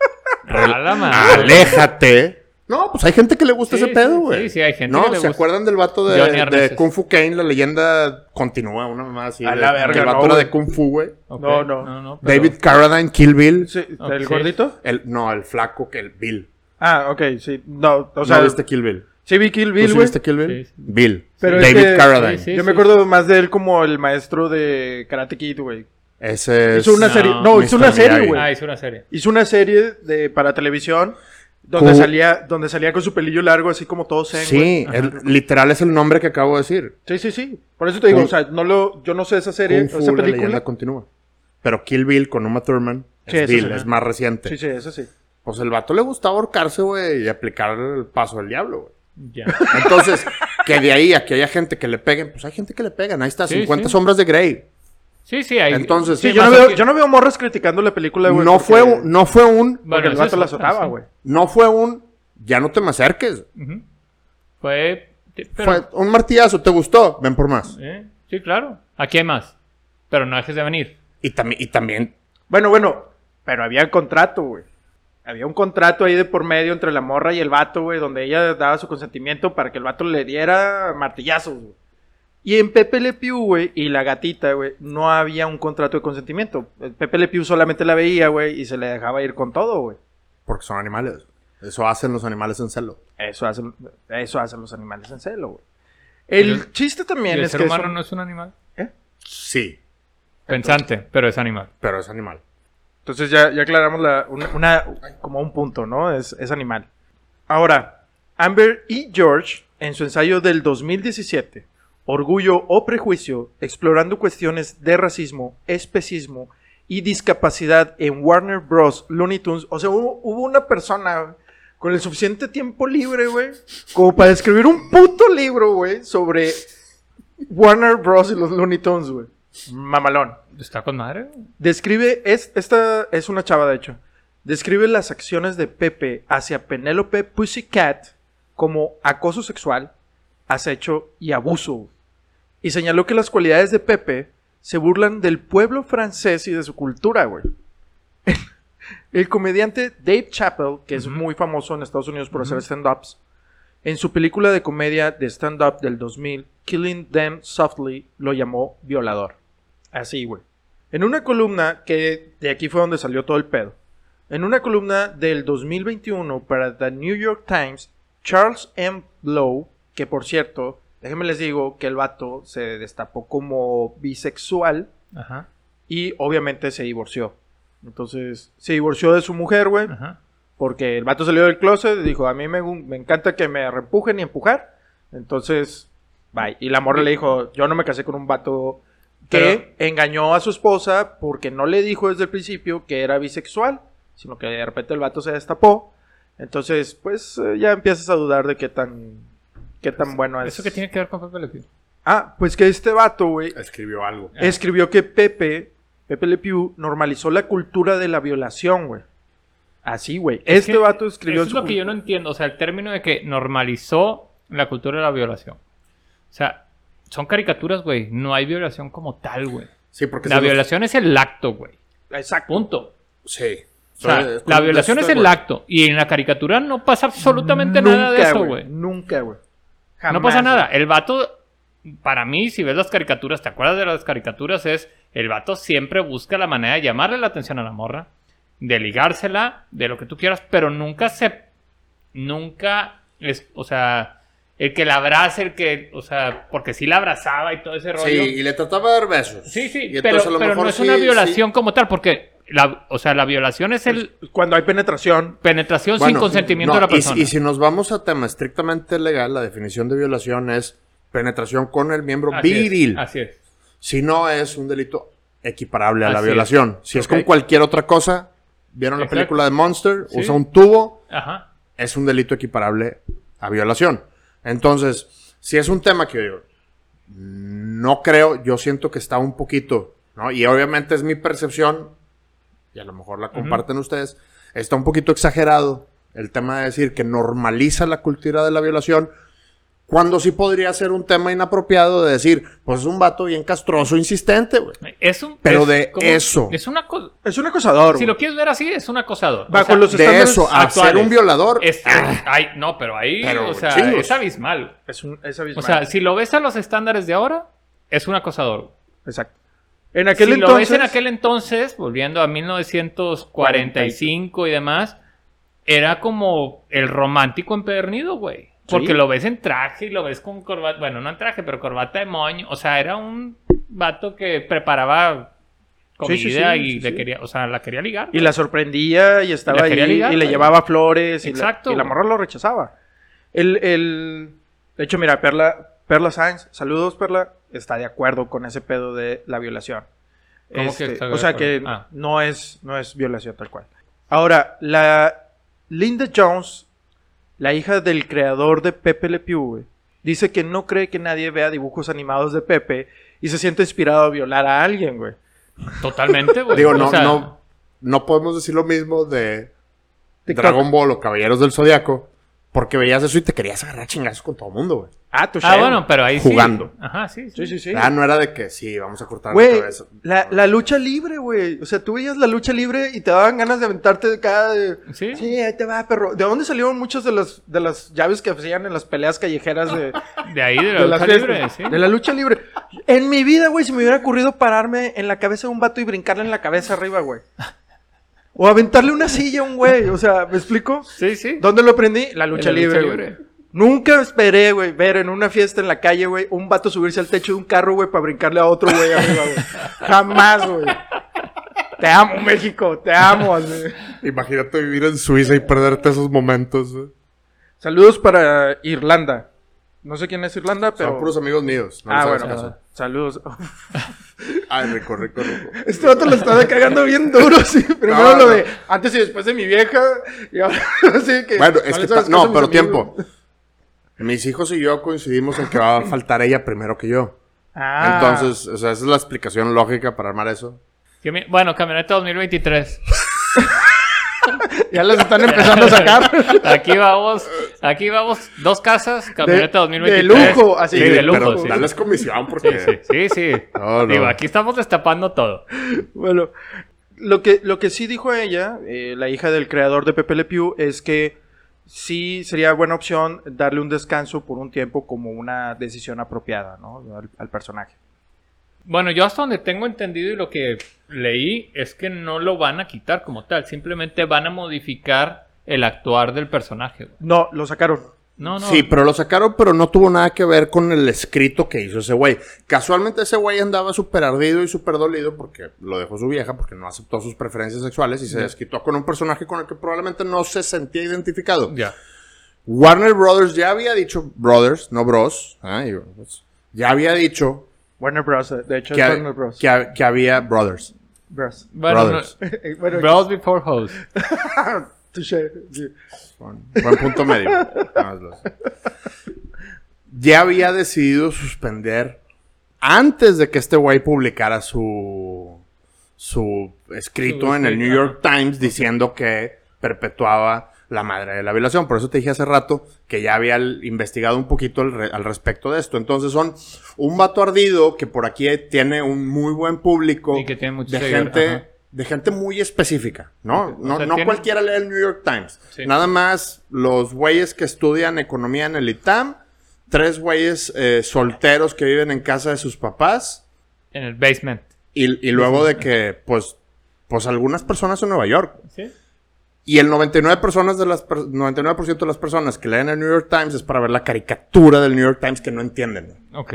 Speaker 2: A la madre.
Speaker 3: aléjate. No, pues hay gente que le gusta
Speaker 2: Sí,
Speaker 3: ese pedo,
Speaker 2: sí,
Speaker 3: güey.
Speaker 2: sí, sí, hay gente
Speaker 3: ¿No?
Speaker 2: que le
Speaker 3: ¿Se
Speaker 2: gusta.
Speaker 3: acuerdan del vato
Speaker 2: Johnny
Speaker 3: de, de
Speaker 2: Arneses.
Speaker 3: Kung Fu Kane? La leyenda continúa, una mamá así.
Speaker 1: A
Speaker 3: de-
Speaker 1: la verga,
Speaker 3: que El vato
Speaker 1: no,
Speaker 3: era
Speaker 1: güey.
Speaker 3: de Kung Fu, güey.
Speaker 2: Ok,
Speaker 1: No, no.
Speaker 2: pero-
Speaker 3: David Carradine, Kill Bill.
Speaker 1: Sí,
Speaker 2: Ok.
Speaker 1: ¿El gordito?
Speaker 3: El, no, el flaco que el Bill.
Speaker 1: Ah, ok, sí. No, o
Speaker 3: O
Speaker 1: sea,
Speaker 3: sea, viste Kill Bill?
Speaker 1: sí vi Kill
Speaker 3: ¿Tú
Speaker 1: Bill,
Speaker 3: sí
Speaker 1: güey.
Speaker 3: viste Kill Bill?
Speaker 2: Sí, sí.
Speaker 3: Bill.
Speaker 1: Pero es
Speaker 3: David
Speaker 1: que-
Speaker 3: Carradine.
Speaker 2: Sí, sí.
Speaker 1: Yo me acuerdo más de él como el maestro de Karate Kid, güey.
Speaker 3: Ese es...
Speaker 1: Hizo una serie. No, hizo
Speaker 3: Mr.
Speaker 1: una serie,
Speaker 3: Miyagi.
Speaker 2: Ah,
Speaker 1: güey.
Speaker 2: hizo una serie.
Speaker 1: Hizo una serie de para televisión donde
Speaker 3: Cu-
Speaker 1: salía, donde salía con su pelillo largo, así como todo zen, güey.
Speaker 3: Sí, el- literal es el nombre que acabo de decir.
Speaker 1: Sí, sí, sí. Por eso te digo,
Speaker 3: Kung-
Speaker 1: o sea, no lo, yo no sé esa serie,
Speaker 3: Kung Fu,
Speaker 1: esa
Speaker 3: la leyenda
Speaker 1: película.
Speaker 3: continúa. Pero Kill Bill con Uma Thurman
Speaker 1: Sí,
Speaker 3: es
Speaker 1: esa
Speaker 3: Bill,
Speaker 1: sí.
Speaker 3: es más reciente.
Speaker 1: Sí, sí, esa sí.
Speaker 3: Pues el vato le gustaba ahorcarse, güey, y aplicar el paso del diablo, güey.
Speaker 2: Ya.
Speaker 3: Entonces, que de ahí a que haya gente que le peguen, pues hay gente que le pegan. Ahí está,
Speaker 2: Sí,
Speaker 3: 50
Speaker 2: sí.
Speaker 3: sombras de Grey.
Speaker 2: Sí, sí, hay.
Speaker 3: Entonces,
Speaker 1: Sí,
Speaker 3: Sí,
Speaker 1: yo no,
Speaker 2: más
Speaker 1: veo,
Speaker 2: aquí-
Speaker 1: yo no veo morras criticando la película, güey.
Speaker 3: No
Speaker 1: porque-
Speaker 3: fue, un, no fue un,
Speaker 1: Porque
Speaker 2: Bueno,
Speaker 1: el
Speaker 2: esa es
Speaker 1: vato la
Speaker 2: otra,
Speaker 1: azotaba,
Speaker 2: sí.
Speaker 1: güey.
Speaker 3: no fue un, ya no te me acerques.
Speaker 2: Ujú. Fue. pero-
Speaker 3: Fue un martillazo, ¿te gustó? Ven por más.
Speaker 2: ¿eh? Sí, claro. Aquí hay más. Pero no dejes de venir.
Speaker 3: Y, tambi- y también,
Speaker 1: Bueno, bueno, pero había contrato, güey. Había un contrato ahí de por medio entre la morra y el vato, güey, donde ella daba su consentimiento para que el vato le diera martillazos, güey. Y en Pepe Le Pew, güey, y la gatita, güey, no había un contrato de consentimiento. El Pepe Le Pew solamente la veía, güey, y se le dejaba ir con todo, güey.
Speaker 3: porque son animales. Eso hacen los animales en celo.
Speaker 1: Eso hacen, eso hacen los animales en celo, güey.
Speaker 2: Y
Speaker 1: El
Speaker 2: el-
Speaker 1: chiste
Speaker 2: ¿Y
Speaker 1: también
Speaker 2: el
Speaker 1: es
Speaker 2: ser
Speaker 1: que...
Speaker 2: humano
Speaker 1: son-
Speaker 2: no es un animal?
Speaker 3: Sí,
Speaker 2: Pensante, pero es animal.
Speaker 3: pero es animal.
Speaker 1: Entonces ya, ya aclaramos la, una, una- como un punto, ¿no? Es, es animal. Ahora, Amber y George, en su ensayo del 2017, Orgullo o Prejuicio, explorando cuestiones de racismo, especismo y discapacidad en Warner Bros. Looney Tunes. O sea, hubo, hubo una persona con el suficiente tiempo libre, güey, como para escribir un puto libro, güey, sobre Warner Bros. y los Looney Tunes, güey. Mamalón.
Speaker 2: ¿Está con madre? güey.
Speaker 1: Describe, es, esta es una chava de hecho. Describe las acciones de Pepe hacia Penélope Pussycat como acoso sexual, acecho y abuso. Y señaló que las cualidades de Pepe se burlan del pueblo francés y de su cultura, güey. El comediante Dave Chappelle, que es muy famoso en Estados Unidos por hacer stand-ups, en su película de comedia de stand-up del 2000, Killing Them Softly, lo llamó violador. Así, güey. En una columna, que de aquí fue donde salió todo el pedo. En una columna del 2021 para The New York Times, Charles M. Blow, que por cierto, déjenme les digo que el vato se destapó como bisexual
Speaker 2: Ajá.
Speaker 1: y obviamente se divorció. Entonces, se divorció de su mujer, güey,
Speaker 2: Ajá.
Speaker 1: porque el vato salió del closet y dijo, a mí me, gu- me encanta que me repujen y empujar. Entonces, bye. Y la morra le dijo, yo no me casé con un vato que engañó a su esposa porque no le dijo desde el principio que era bisexual, sino que de repente el vato se destapó. Entonces, pues eh, ya empiezas a dudar de qué tan, qué tan bueno es.
Speaker 2: ¿Eso qué tiene que ver con Pepe Le Pew?
Speaker 1: Ah, pues que este vato, güey,
Speaker 3: Escribió algo.
Speaker 2: Ah.
Speaker 1: escribió que Pepe, Pepe Le Pew, normalizó la cultura de la violación, güey. Así, güey. Este
Speaker 2: que
Speaker 1: vato escribió...
Speaker 2: Eso
Speaker 1: en
Speaker 2: es
Speaker 1: su
Speaker 2: lo que yo no entiendo. O sea, el término de que normalizó la cultura de la violación. O sea, son caricaturas, güey. No hay violación como tal, güey.
Speaker 3: Sí, porque...
Speaker 2: La
Speaker 3: se los-
Speaker 2: violación es el acto, güey.
Speaker 1: Exacto.
Speaker 2: Punto.
Speaker 3: Sí.
Speaker 2: O sea,
Speaker 3: Soy- es como
Speaker 2: la
Speaker 3: un
Speaker 2: violación es
Speaker 3: desastre,
Speaker 2: el
Speaker 3: eh, güey.
Speaker 2: acto. Y en la caricatura no pasa absolutamente nada de
Speaker 1: Nunca,
Speaker 2: eso, güey.
Speaker 1: Nunca, güey.
Speaker 2: No
Speaker 1: Jamás,
Speaker 2: pasa nada.
Speaker 1: güey.
Speaker 2: El vato para mí, si ves las caricaturas, ¿te acuerdas de las caricaturas? Es el vato siempre busca la manera de llamarle la atención a la morra, de ligársela, de lo que tú quieras, pero nunca se. Nunca. Es, o sea, el que la abrace, el que. O sea, porque sí la abrazaba y todo ese rollo.
Speaker 3: Sí, y le trataba de dar besos.
Speaker 2: Sí, sí,
Speaker 3: Y
Speaker 2: pero,
Speaker 3: entonces, a lo
Speaker 2: pero
Speaker 3: mejor
Speaker 2: no es
Speaker 3: sí-
Speaker 2: una
Speaker 3: sí-
Speaker 2: violación como tal, porque, la, o sea, la violación es el
Speaker 1: Pues, Cuando hay penetración,
Speaker 2: penetración sin
Speaker 3: Bueno,
Speaker 2: consentimiento
Speaker 3: no,
Speaker 2: de la
Speaker 3: y si-
Speaker 2: persona.
Speaker 3: Y, si nos vamos a tema estrictamente legal, la definición de violación es penetración con el miembro
Speaker 2: Así es,
Speaker 3: viril.
Speaker 2: así es.
Speaker 3: Si no es un delito equiparable a la
Speaker 2: Así
Speaker 3: violación. Si es
Speaker 2: Ok.
Speaker 3: con cualquier otra cosa, vieron
Speaker 2: Exacto.
Speaker 3: la película de Monster,
Speaker 2: Sí.
Speaker 3: usa un tubo,
Speaker 2: Ajá.
Speaker 3: es un delito equiparable a violación. Entonces, si es un tema que yo digo, no creo, yo siento que está un poquito, ¿no? Y obviamente es mi percepción, y a lo mejor la comparten ustedes, está un poquito exagerado el tema de decir que normaliza la cultura de la violación, cuando sí podría ser un tema inapropiado de decir, pues es un vato bien castroso, insistente, güey.
Speaker 2: Es un.
Speaker 3: Pero
Speaker 2: es
Speaker 3: de eso.
Speaker 2: Es una cosa.
Speaker 1: es un acosador.
Speaker 2: Si lo
Speaker 1: güey.
Speaker 2: quieres ver así, es un acosador. O
Speaker 1: Bajo
Speaker 2: sea,
Speaker 1: los
Speaker 3: De
Speaker 1: estándares
Speaker 3: eso, a ser
Speaker 2: Pues actuales.
Speaker 3: un violador,
Speaker 2: es-
Speaker 3: ah,
Speaker 2: ay, no, pero ahí,
Speaker 3: Pero
Speaker 2: o sea,
Speaker 3: chingos.
Speaker 2: es abismal.
Speaker 1: Es, un, es abismal.
Speaker 2: O sea, si lo ves a los estándares de ahora, es un acosador.
Speaker 1: Exacto. En aquel
Speaker 2: si
Speaker 1: entonces.
Speaker 2: lo ves en aquel entonces, volviendo a 1945 y demás, era como el romántico empedernido, güey. Porque lo ves en traje y lo ves con corbata, bueno, no en traje, pero corbata de moño. O sea, era un vato que preparaba comida
Speaker 1: Sí, sí, sí,
Speaker 2: y
Speaker 1: sí,
Speaker 2: le
Speaker 1: sí.
Speaker 2: quería, o sea, la quería ligar.
Speaker 1: Y la sorprendía y estaba
Speaker 2: La
Speaker 1: ahí
Speaker 2: quería ligar,
Speaker 1: y le
Speaker 2: güey.
Speaker 1: llevaba flores. y la-
Speaker 2: Exacto.
Speaker 1: Y la, morra lo rechazaba. El, el- De hecho, mira, Perla, Perla Sainz, saludos Perla, está de acuerdo con ese pedo de la violación.
Speaker 2: ¿Cómo que
Speaker 1: Este,
Speaker 2: está de
Speaker 1: o sea
Speaker 2: acuerdo?
Speaker 1: que
Speaker 2: Ah.
Speaker 1: no, es, no es violación tal cual. Ahora, la Linda Jones, la hija del creador de Pepe Le Pew, güey, dice que no cree que nadie vea dibujos animados de Pepe y se siente inspirado a violar a alguien, güey.
Speaker 2: Totalmente, güey.
Speaker 3: digo,
Speaker 2: O
Speaker 3: no,
Speaker 2: sea,
Speaker 3: no, no podemos decir lo mismo de
Speaker 1: TikTok.
Speaker 3: Dragon Ball o Caballeros del Zodiaco, porque veías eso y te querías agarrar chingazos con todo el mundo, güey.
Speaker 1: Ah, tu
Speaker 2: Ah, bueno, pero ahí sí.
Speaker 3: Jugando.
Speaker 2: Ajá, sí,
Speaker 1: Sí,
Speaker 2: sí.
Speaker 1: sí, sí.
Speaker 3: Ah, no era de que sí, vamos a cortar
Speaker 1: Güey,
Speaker 3: la cabeza.
Speaker 1: la, la lucha libre, güey. O sea, tú veías la lucha libre y te daban ganas de aventarte de cada... de-
Speaker 2: ¿Sí?
Speaker 1: Sí, ahí te va, perro. ¿De dónde salieron muchas de las, de las llaves que hacían en las peleas callejeras de,
Speaker 2: De ahí, de la
Speaker 1: de las
Speaker 2: lucha libre,
Speaker 1: fiestas?
Speaker 2: sí.
Speaker 1: De la lucha libre. En mi vida, güey, se me hubiera ocurrido pararme en la cabeza de un vato y brincarle en la cabeza arriba, güey. O aventarle una silla a un güey. O sea, ¿me explico?
Speaker 2: Sí, sí.
Speaker 1: ¿Dónde lo aprendí? La lucha
Speaker 2: En la
Speaker 1: libre.
Speaker 2: lucha
Speaker 1: güey.
Speaker 2: libre.
Speaker 1: Nunca esperé, güey, ver en una fiesta en la calle, güey, un vato subirse al techo de un carro, güey, para brincarle a otro, güey, arriba, güey. Jamás, güey. Te amo, México, te amo. así.
Speaker 3: Imagínate vivir en Suiza y perderte esos momentos, güey.
Speaker 1: Saludos para Irlanda. No sé quién es Irlanda, pero.
Speaker 3: Son puros amigos míos. no
Speaker 1: ah,
Speaker 3: les hagas
Speaker 1: bueno,
Speaker 3: caso.
Speaker 1: saludos.
Speaker 3: Ay, rico, rico, rico.
Speaker 1: Este vato lo estaba cagando bien duro, sí. Primero
Speaker 3: No,
Speaker 1: lo
Speaker 3: no.
Speaker 1: de antes y después de mi vieja. Y ahora sí que.
Speaker 3: Bueno, es que...
Speaker 1: les hagas caso
Speaker 3: ta-
Speaker 1: a
Speaker 3: No,
Speaker 1: mis
Speaker 3: pero
Speaker 1: amigos.
Speaker 3: tiempo. Mis hijos y yo coincidimos en que va a faltar ella primero que yo.
Speaker 1: Ah.
Speaker 3: Entonces, o sea, esa es la explicación lógica para armar eso.
Speaker 2: Que mi- Bueno, camioneta 2023.
Speaker 1: Ya las están empezando a sacar.
Speaker 2: Aquí vamos, aquí vamos, dos casas, camioneta
Speaker 1: De-
Speaker 2: 2023.
Speaker 1: de lujo, así
Speaker 2: Sí,
Speaker 1: que-
Speaker 2: de
Speaker 3: pero
Speaker 2: lujo, sí.
Speaker 3: dales comisión
Speaker 2: Sí,
Speaker 3: porque...
Speaker 2: sí, sí, sí.
Speaker 3: No, no.
Speaker 2: Digo, aquí estamos destapando todo.
Speaker 1: Bueno, lo que, lo que sí dijo ella, eh, la hija del creador de Pepe Le Pew, es que sí sería buena opción darle un descanso por un tiempo como una decisión apropiada, ¿no? Al, al personaje.
Speaker 2: Bueno, yo hasta donde tengo entendido y lo que leí es que no lo van a quitar como tal, simplemente van a modificar el actuar del personaje. güey.
Speaker 1: No, lo sacaron.
Speaker 2: No, no.
Speaker 3: Sí, pero lo sacaron, pero no tuvo nada que ver con el escrito que hizo ese güey. Casualmente ese güey andaba súper ardido y súper dolido porque lo dejó su vieja, porque no aceptó sus preferencias sexuales y se desquitó con un personaje con el que probablemente no se sentía identificado.
Speaker 2: Ya.
Speaker 3: Warner Brothers ya había dicho, brothers, no bros, ah, y- pues, ya había dicho
Speaker 1: Warner Bros. eh, De hecho,
Speaker 3: que,
Speaker 1: es
Speaker 3: ha-
Speaker 1: Warner Bros.
Speaker 3: que ha- que había brothers.
Speaker 1: Bros.
Speaker 2: Bueno, no-
Speaker 3: brothers.
Speaker 1: Eh, bueno,
Speaker 2: Bros before hoes.
Speaker 1: touché, sí.
Speaker 3: Buen, buen punto medio. Nada más los- Ya había decidido suspender antes de que este güey publicara su su escrito
Speaker 2: Su
Speaker 3: en el
Speaker 2: escrito,
Speaker 3: New York Times diciendo que perpetuaba la madre de la violación. Por eso te dije hace rato que ya había el- investigado un poquito al, re- al respecto de esto. Entonces son un vato ardido que por aquí tiene un muy buen público
Speaker 2: Y que tiene muchos
Speaker 3: de
Speaker 2: seguidores,
Speaker 3: gente
Speaker 2: ajá.
Speaker 3: de gente muy específica, ¿no?
Speaker 2: Ok, o
Speaker 3: No,
Speaker 2: sea,
Speaker 3: no
Speaker 2: tiene-
Speaker 3: cualquiera lee el New York Times.
Speaker 2: Sí.
Speaker 3: Nada más los güeyes que estudian economía en el ITAM, tres güeyes eh, solteros que viven en casa de sus papás.
Speaker 2: En el basement.
Speaker 3: Y, y luego de que, pues, pues algunas personas en Nueva York.
Speaker 2: ¿Sí?
Speaker 3: Y el 99%, personas de, las, per- 99 de las personas que leen el New York Times es para ver la caricatura del New York Times que no entienden.
Speaker 2: Ok.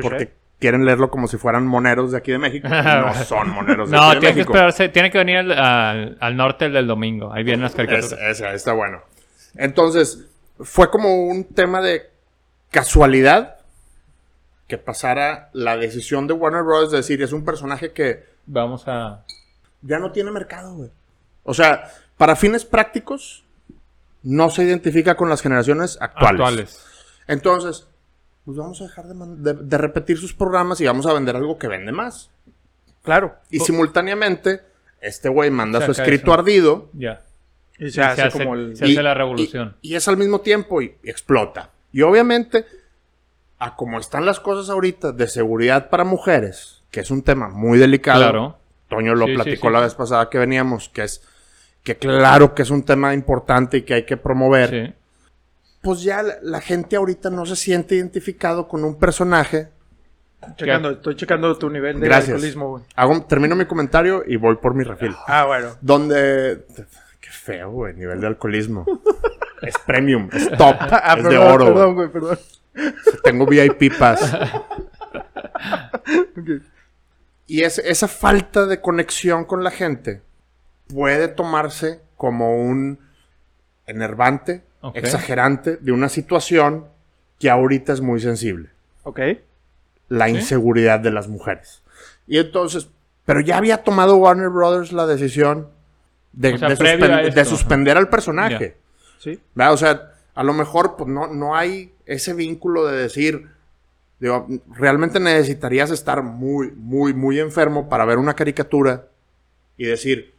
Speaker 3: Porque quieren leerlo como si fueran moneros de aquí de México. No son moneros de
Speaker 2: No,
Speaker 3: aquí de
Speaker 2: tiene que
Speaker 3: México.
Speaker 2: esperarse. Tiene que venir al, al- al norte el del domingo. Ahí vienen las caricaturas.
Speaker 3: Esa, esa, está bueno. Entonces, fue como un tema de casualidad que pasara la decisión de Warner Bros. de decir, es un personaje que
Speaker 2: Vamos a.
Speaker 3: ya no tiene mercado, güey. O sea, para fines prácticos, no se identifica con las generaciones actuales.
Speaker 2: Actuales.
Speaker 3: Entonces, pues vamos a dejar de, man- de- de repetir sus programas y vamos a vender algo que vende más.
Speaker 1: Claro.
Speaker 3: Y simultáneamente, este güey manda su
Speaker 2: Saca
Speaker 3: escrito
Speaker 2: eso.
Speaker 3: ardido.
Speaker 2: Ya.
Speaker 1: Y se
Speaker 2: Se
Speaker 1: hace
Speaker 2: hace-
Speaker 1: como el...
Speaker 2: se- hace la revolución.
Speaker 3: Y, y es al mismo tiempo y explota. Y obviamente, a como están las cosas ahorita de seguridad para mujeres, que es un tema muy delicado.
Speaker 2: Claro.
Speaker 3: Toño lo
Speaker 2: Sí, sí,
Speaker 3: platicó
Speaker 2: sí,
Speaker 3: la
Speaker 2: sí.
Speaker 3: vez pasada que veníamos, que es que claro que es un tema importante y que hay que promover.
Speaker 2: Sí.
Speaker 3: Pues ya la, la gente ahorita no se siente identificado con un personaje.
Speaker 1: checando, estoy checando tu nivel de
Speaker 3: Gracias.
Speaker 1: alcoholismo, güey.
Speaker 3: Hago, termino mi comentario y voy por mi refil.
Speaker 1: Ah, bueno.
Speaker 3: Donde. Qué feo, güey, nivel de alcoholismo. es premium, es top,
Speaker 1: Ah,
Speaker 3: es de
Speaker 1: perdón,
Speaker 3: oro.
Speaker 1: perdón, güey, perdón.
Speaker 3: güey. Tengo VIP pass. Y es- esa falta de conexión con la gente puede tomarse como un enervante,
Speaker 2: Ok.
Speaker 3: exagerante de una situación que ahorita es muy sensible.
Speaker 1: Ok.
Speaker 3: la
Speaker 2: ¿Sí?
Speaker 3: inseguridad de las mujeres. Y entonces, pero ya había tomado Warner Brothers la decisión de,
Speaker 2: O sea,
Speaker 3: de
Speaker 2: previo
Speaker 3: suspen-
Speaker 2: a
Speaker 3: de
Speaker 2: esto,
Speaker 3: suspender al personaje.
Speaker 1: Sí.
Speaker 3: ¿verdad? O sea, a lo mejor pues, no, no hay ese vínculo de decir, digo, realmente necesitarías estar muy, muy, muy enfermo para ver una caricatura y decir,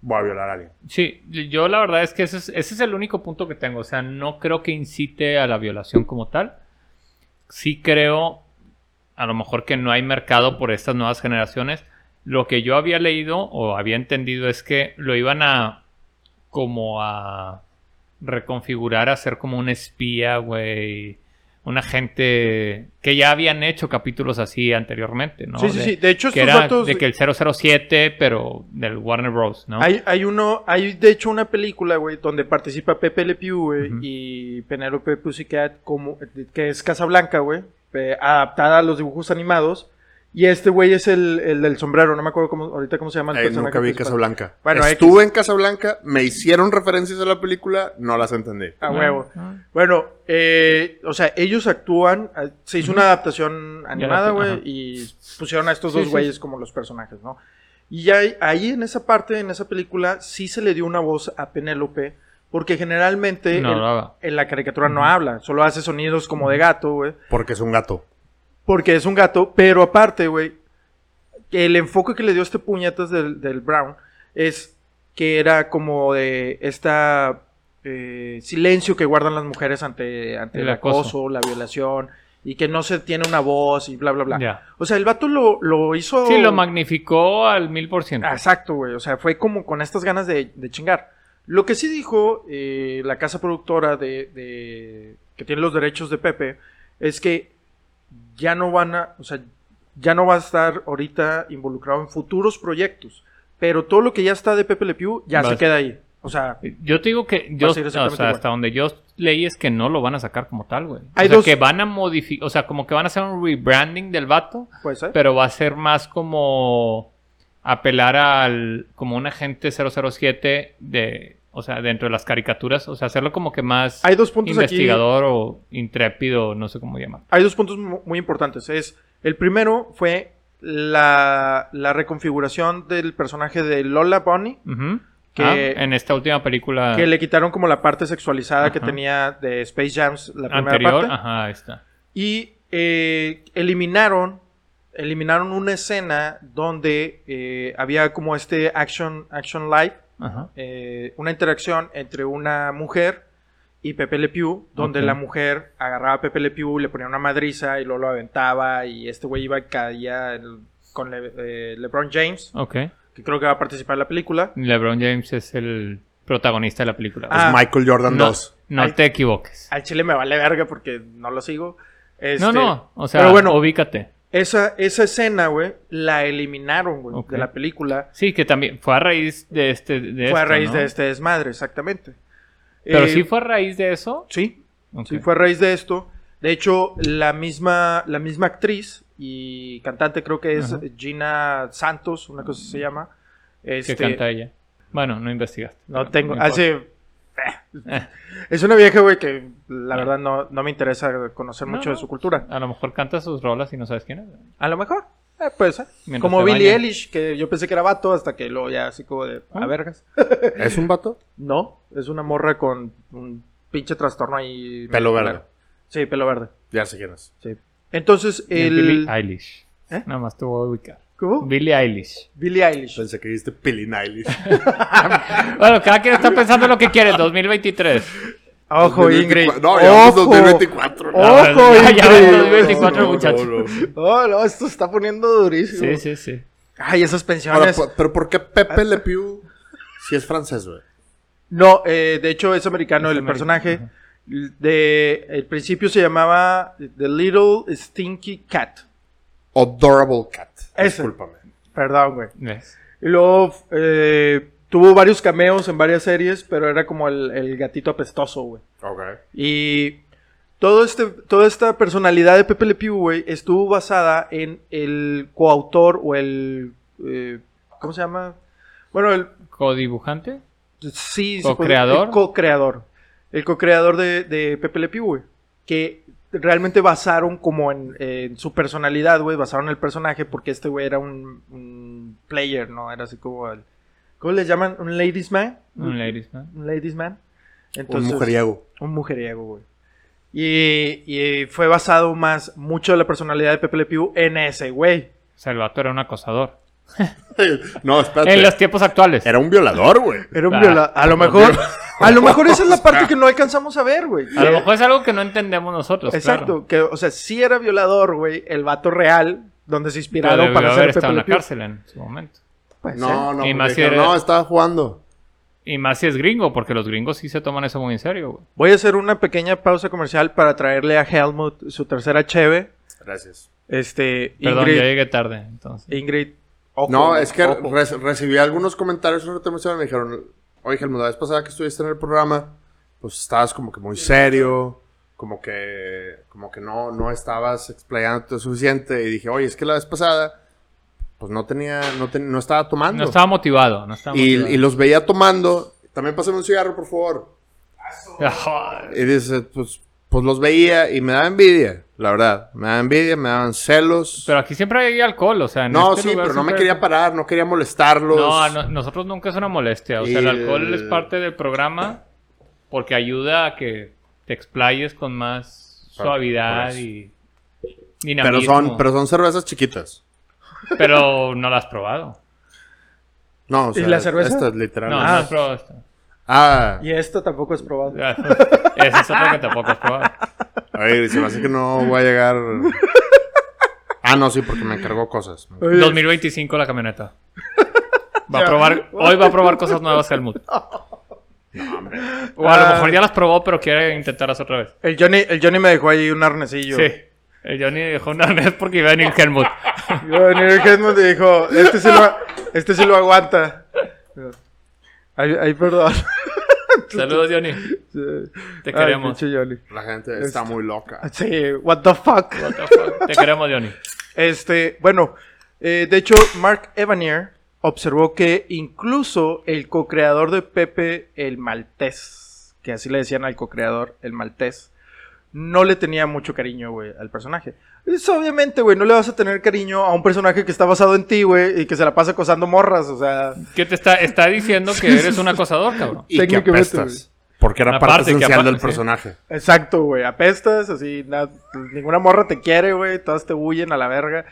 Speaker 3: voy a violar a alguien.
Speaker 2: Sí, yo la verdad es que ese es, ese es el único punto que tengo. O sea, no creo que incite a la violación como tal. Sí creo, a lo mejor que no hay mercado por estas nuevas generaciones. Lo que yo había leído o había entendido es que lo iban a como a reconfigurar, a ser como un espía, güey. Un agente que ya habían hecho capítulos así anteriormente, ¿no?
Speaker 1: sí, sí,
Speaker 2: De-
Speaker 1: sí. De hecho,
Speaker 2: Que
Speaker 1: estos
Speaker 2: era
Speaker 1: datos...
Speaker 2: de que el 007, pero del Warner Bros., ¿no?
Speaker 1: Hay, hay uno, hay de hecho una película, güey, donde participa Pepe Le Pew, güey,
Speaker 2: Ujú.
Speaker 1: y Penélope Pussycat, como, que es Casablanca, güey, eh, adaptada a los dibujos animados. Y este güey es el, el del sombrero, no me acuerdo cómo, ahorita cómo se llama el
Speaker 3: Eh,
Speaker 1: personaje
Speaker 3: nunca vi
Speaker 1: principal.
Speaker 3: Casablanca.
Speaker 1: Bueno,
Speaker 3: Estuve en Casablanca, me hicieron referencias a la película, no las entendí.
Speaker 1: A huevo.
Speaker 2: Ah, ah.
Speaker 1: Bueno, eh, o sea, ellos actúan, eh, se hizo una adaptación animada,
Speaker 2: Ajá.
Speaker 1: güey, y pusieron a estos
Speaker 2: Sí,
Speaker 1: dos
Speaker 2: sí,
Speaker 1: güeyes como los personajes, ¿no? Y ya ahí- ahí en esa parte, en esa película, sí se le dio una voz a Penélope, porque generalmente
Speaker 2: No,
Speaker 1: el-
Speaker 2: no haga.
Speaker 1: en la caricatura no habla, solo hace sonidos como de gato, güey,
Speaker 3: Porque es un gato.
Speaker 1: porque es un gato, pero aparte, güey, el enfoque que le dio este puñetas del, del Brown es que era como de esta eh, silencio que guardan las mujeres ante, ante el,
Speaker 2: El
Speaker 1: acoso.
Speaker 2: acoso.
Speaker 1: la violación, y que no se tiene una voz y bla, bla, Oh. bla.
Speaker 2: Ya.
Speaker 1: O sea, el vato lo, lo hizo...
Speaker 2: Sí, lo magnificó al mil por ciento.
Speaker 1: Ah, Exacto, güey. O sea, fue como con estas ganas de, de chingar. Lo que sí dijo eh, la casa productora de, de- que tiene los derechos de Pepe es que ya no van a, o sea, ya no va a estar ahorita involucrado en futuros proyectos. Pero todo lo que ya está de Pepe Le Pew ya
Speaker 2: Va.
Speaker 1: se queda ahí. O sea,
Speaker 2: Yo te digo que yo,
Speaker 1: a ser
Speaker 2: o sea,
Speaker 1: exactamente igual.
Speaker 2: hasta donde yo leí es que no lo van a sacar como tal, güey.
Speaker 1: Hay
Speaker 2: o sea,
Speaker 1: dos-
Speaker 2: que van a modificar, o sea, como que van a hacer un rebranding del vato,
Speaker 1: puede ser.
Speaker 2: pero va a ser más como apelar al como un agente 007 de, o sea, dentro de las caricaturas, o sea, hacerlo como que más
Speaker 1: Hay dos puntos aquí.
Speaker 2: investigador o intrépido, no sé cómo llamar.
Speaker 1: Hay dos puntos mu- muy importantes. Es el primero fue la, la reconfiguración del personaje de Lola Bunny.
Speaker 2: Ujú.
Speaker 1: Que-
Speaker 2: Ah, en esta última película
Speaker 1: Que le quitaron como la parte sexualizada que
Speaker 2: Ah. Ajá.
Speaker 1: tenía de Space Jams, la primera
Speaker 2: anterior, ah.
Speaker 1: parte.
Speaker 2: ajá, ahí está.
Speaker 1: Y eh, eliminaron, eliminaron una escena donde eh, había como este action, action live,
Speaker 2: Ajá.
Speaker 1: eh, una interacción entre una mujer y Pepe Le Pew, donde
Speaker 2: Ok.
Speaker 1: la mujer agarraba a Pepe Le Pew, le ponía una madriza y luego lo aventaba y este güey iba y caía el- con Le- eh, LeBron James,
Speaker 2: Ok.
Speaker 1: que creo que va a participar en la película.
Speaker 2: LeBron James es el protagonista de la película.
Speaker 1: Ah,
Speaker 3: es Michael Jordan
Speaker 2: no.
Speaker 3: 2.
Speaker 2: No
Speaker 1: Ay.
Speaker 2: te equivoques.
Speaker 1: Al chile me vale verga porque no lo sigo. Este,
Speaker 2: no, no. O sea,
Speaker 1: pero bueno.
Speaker 2: ubícate.
Speaker 1: Esa, esa escena, güey, la eliminaron, güey,
Speaker 2: Ok.
Speaker 1: de la película.
Speaker 2: Sí, que también fue a raíz de este. de
Speaker 1: fue a
Speaker 2: esto,
Speaker 1: raíz
Speaker 2: ¿no?
Speaker 1: de este desmadre, exactamente.
Speaker 2: Pero
Speaker 1: Eh,
Speaker 2: sí fue a raíz de eso.
Speaker 1: Sí,
Speaker 2: Ok.
Speaker 1: sí, fue a raíz de esto. De hecho, la misma, la misma actriz y cantante, creo que es
Speaker 2: Ajá.
Speaker 1: Gina Santos, una cosa se llama.
Speaker 2: que
Speaker 1: Este,
Speaker 2: canta ella. Bueno, no investigaste.
Speaker 1: No tengo.
Speaker 2: importa. Eh.
Speaker 1: Hace. Es una vieja, güey, que la verdad no, no me interesa conocer
Speaker 2: Ah. No,
Speaker 1: mucho de
Speaker 2: no.
Speaker 1: su cultura.
Speaker 2: A lo mejor canta sus rolas y no sabes quién es.
Speaker 1: A lo mejor, eh, puede ser.
Speaker 2: Mientras
Speaker 1: Como
Speaker 2: te
Speaker 1: Billie
Speaker 2: bañas.
Speaker 1: Eilish, que yo pensé que era vato hasta que luego ya así como de. A
Speaker 2: Ah.
Speaker 1: vergas.
Speaker 3: ¿Es un vato?
Speaker 1: No, es una morra con un pinche trastorno ahí.
Speaker 3: Pelo verde.
Speaker 1: Sí, pelo verde.
Speaker 3: Ya sé quién es.
Speaker 1: Sí. Entonces,
Speaker 2: El...
Speaker 1: el.
Speaker 2: Billie Eilish.
Speaker 1: ¿Eh?
Speaker 2: Nada más te voy a ubicar.
Speaker 1: ¿Cómo?
Speaker 2: Billie Eilish.
Speaker 1: Billie Eilish.
Speaker 2: Pues,
Speaker 3: Pensé que dijiste Billy Eilish.
Speaker 2: Bueno, cada quien está pensando lo que quiere. 2023.
Speaker 1: Ojo, Ingrid.
Speaker 3: No, ya vamos
Speaker 1: Ojo.
Speaker 3: 2024.
Speaker 1: Ojo,
Speaker 2: ya, ya
Speaker 1: Ingrid.
Speaker 2: ves 2024,
Speaker 3: No, no,
Speaker 2: muchachos.
Speaker 3: no.
Speaker 1: Oh, no, esto se está poniendo durísimo.
Speaker 2: Sí, pues, sí, sí.
Speaker 1: Ay, esas pensiones.
Speaker 3: Ahora, po- pero ¿por qué Pepe Le Pew si es francés, güey?
Speaker 1: No, eh, de hecho es americano
Speaker 2: Es
Speaker 1: el
Speaker 2: americano,
Speaker 1: personaje.
Speaker 2: ajá.
Speaker 1: De, el principio se llamaba The Little Stinky Cat.
Speaker 3: Adorable Cat.
Speaker 1: Ese.
Speaker 3: Discúlpame.
Speaker 1: Perdón, güey.
Speaker 2: ¿Ves?
Speaker 1: Y luego eh, tuvo varios cameos en varias series, pero era como el, el gatito apestoso, güey.
Speaker 3: Ok.
Speaker 1: Y todo este, toda esta personalidad de Pepe Le Pew, güey, estuvo basada en el coautor o el... eh, ¿Cómo se llama? Bueno, el,
Speaker 2: ¿Codibujante?
Speaker 1: Sí, sí,
Speaker 2: ¿Co-creador?
Speaker 1: el co-creador. El co-creador de, de Pepe Le Pew, güey. Que realmente basaron como en, en su personalidad, güey. Basaron el personaje porque este güey era un, un player, ¿no? Era así como el... ¿Cómo le llaman? ¿Un ladies man?
Speaker 2: Un ladies man.
Speaker 1: Un ladies man.
Speaker 3: Un mujeriego.
Speaker 1: Un mujeriego, güey. Y, y fue basado más mucho de la personalidad de Pepe Le Pew en ese, güey.
Speaker 2: O sea, el vato era un acosador.
Speaker 3: No, espérate.
Speaker 2: En los tiempos actuales.
Speaker 3: Era un violador, güey.
Speaker 1: Era un
Speaker 2: Ah,
Speaker 1: viola- A lo mejor... A lo mejor esa es la parte que no alcanzamos a ver, güey.
Speaker 2: A lo mejor pues, es algo que no entendemos nosotros.
Speaker 1: Exacto, que, o sea, sí era violador, güey, el vato real, donde se
Speaker 2: Claro.
Speaker 1: inspiraron
Speaker 2: Pero debió
Speaker 1: para
Speaker 2: haber
Speaker 1: hacer Pepe
Speaker 2: estado en
Speaker 1: Le
Speaker 2: la
Speaker 1: Pew.
Speaker 2: cárcel en su momento.
Speaker 1: Puede ser.
Speaker 3: No, no,
Speaker 2: Y
Speaker 3: porque
Speaker 2: más si
Speaker 3: dijeron,
Speaker 2: era-
Speaker 3: no, estaba jugando.
Speaker 2: Y más si es gringo, porque los gringos sí se toman eso muy en serio. güey.
Speaker 1: Voy a hacer una pequeña pausa comercial para traerle a Helmut su tercera cheve.
Speaker 3: Gracias.
Speaker 1: Este,
Speaker 2: Perdón,
Speaker 1: Ingrid,
Speaker 2: yo llegué tarde, entonces.
Speaker 1: Ingrid, ojo,
Speaker 3: No,
Speaker 1: güey,
Speaker 3: es que
Speaker 1: ojo.
Speaker 3: re- recibí algunos comentarios sobre el tema y me dijeron, oye, Helmut, la vez pasada que estuviste en el programa, pues estabas como que muy serio, como que, como que no, no estabas explayándote lo suficiente. Y dije, oye, es que la vez pasada, pues no tenía, no, ten- no estaba tomando.
Speaker 2: No estaba motivado, no estaba
Speaker 3: y,
Speaker 2: motivado.
Speaker 3: y los veía tomando. También pásame un cigarro, por favor.
Speaker 2: Ajá.
Speaker 3: Y dice, pues, pues los veía y me daba envidia, la verdad. Me daba envidia, me daban celos.
Speaker 2: Pero aquí siempre hay alcohol, o sea, en
Speaker 3: no,
Speaker 2: este
Speaker 3: sí,
Speaker 2: lugar
Speaker 3: pero no me
Speaker 2: siempre-
Speaker 3: quería parar, no quería molestarlos.
Speaker 2: No, a no- nosotros nunca es una molestia, o sea, el
Speaker 3: Y-
Speaker 2: alcohol es parte del programa porque ayuda a que te explayes con más
Speaker 3: Por- por
Speaker 2: suavidad
Speaker 3: eso.
Speaker 2: y
Speaker 3: Pero
Speaker 2: dinamismo.
Speaker 3: son, pero son cervezas chiquitas.
Speaker 2: Pero no la has probado.
Speaker 3: No, o sea,
Speaker 1: la cerveza?
Speaker 3: Estas,
Speaker 2: No,
Speaker 3: literal.
Speaker 2: no,
Speaker 3: nada
Speaker 2: has
Speaker 3: más.
Speaker 2: probado esta.
Speaker 3: Ah,
Speaker 1: Y esto tampoco es probado.
Speaker 2: Esa es otra que tampoco has probado.
Speaker 3: a ver, se me hace que no voy a llegar. Ah, no, sí, porque me encargó cosas.
Speaker 2: 2025 la camioneta. Va a probar, hoy va a probar cosas nuevas Helmut. O a lo mejor ya las probó, pero quiere intentarlas otra vez.
Speaker 1: El Johnny, el Johnny me dejó ahí un arnesillo.
Speaker 2: Sí. El Johnny dejó un arnés porque iba a venir Helmut.
Speaker 1: Y el Helmut y dijo, este sí lo, este sí lo aguanta. Ay, ay, perdón.
Speaker 2: Saludos, Johnny. Te
Speaker 1: Ay,
Speaker 2: queremos.
Speaker 1: pinche Johnny.
Speaker 3: La gente está muy loca.
Speaker 1: Sí, what the fuck.
Speaker 2: What the fuck. Te queremos, Johnny.
Speaker 1: Este, bueno, eh, de hecho, Mark Evanier observó que incluso el co-creador de Pepe el Maltés, que así le decían al co-creador el Maltés, no le tenía mucho cariño, güey, al personaje. Eso obviamente, güey, no le vas a tener cariño a un personaje que está basado en ti, güey, y que se la pasa acosando morras, o sea,
Speaker 2: ¿Qué te está, está diciendo que eres un acosador, cabrón?
Speaker 3: Y que
Speaker 1: técnicamente,
Speaker 3: apestas. Porque era
Speaker 2: Aparte
Speaker 3: parte
Speaker 2: que
Speaker 3: esencial
Speaker 2: aparte,
Speaker 3: del
Speaker 2: sí.
Speaker 3: personaje.
Speaker 1: exacto, güey, apestas, así, na- ninguna morra te quiere, güey, todas te huyen a la verga.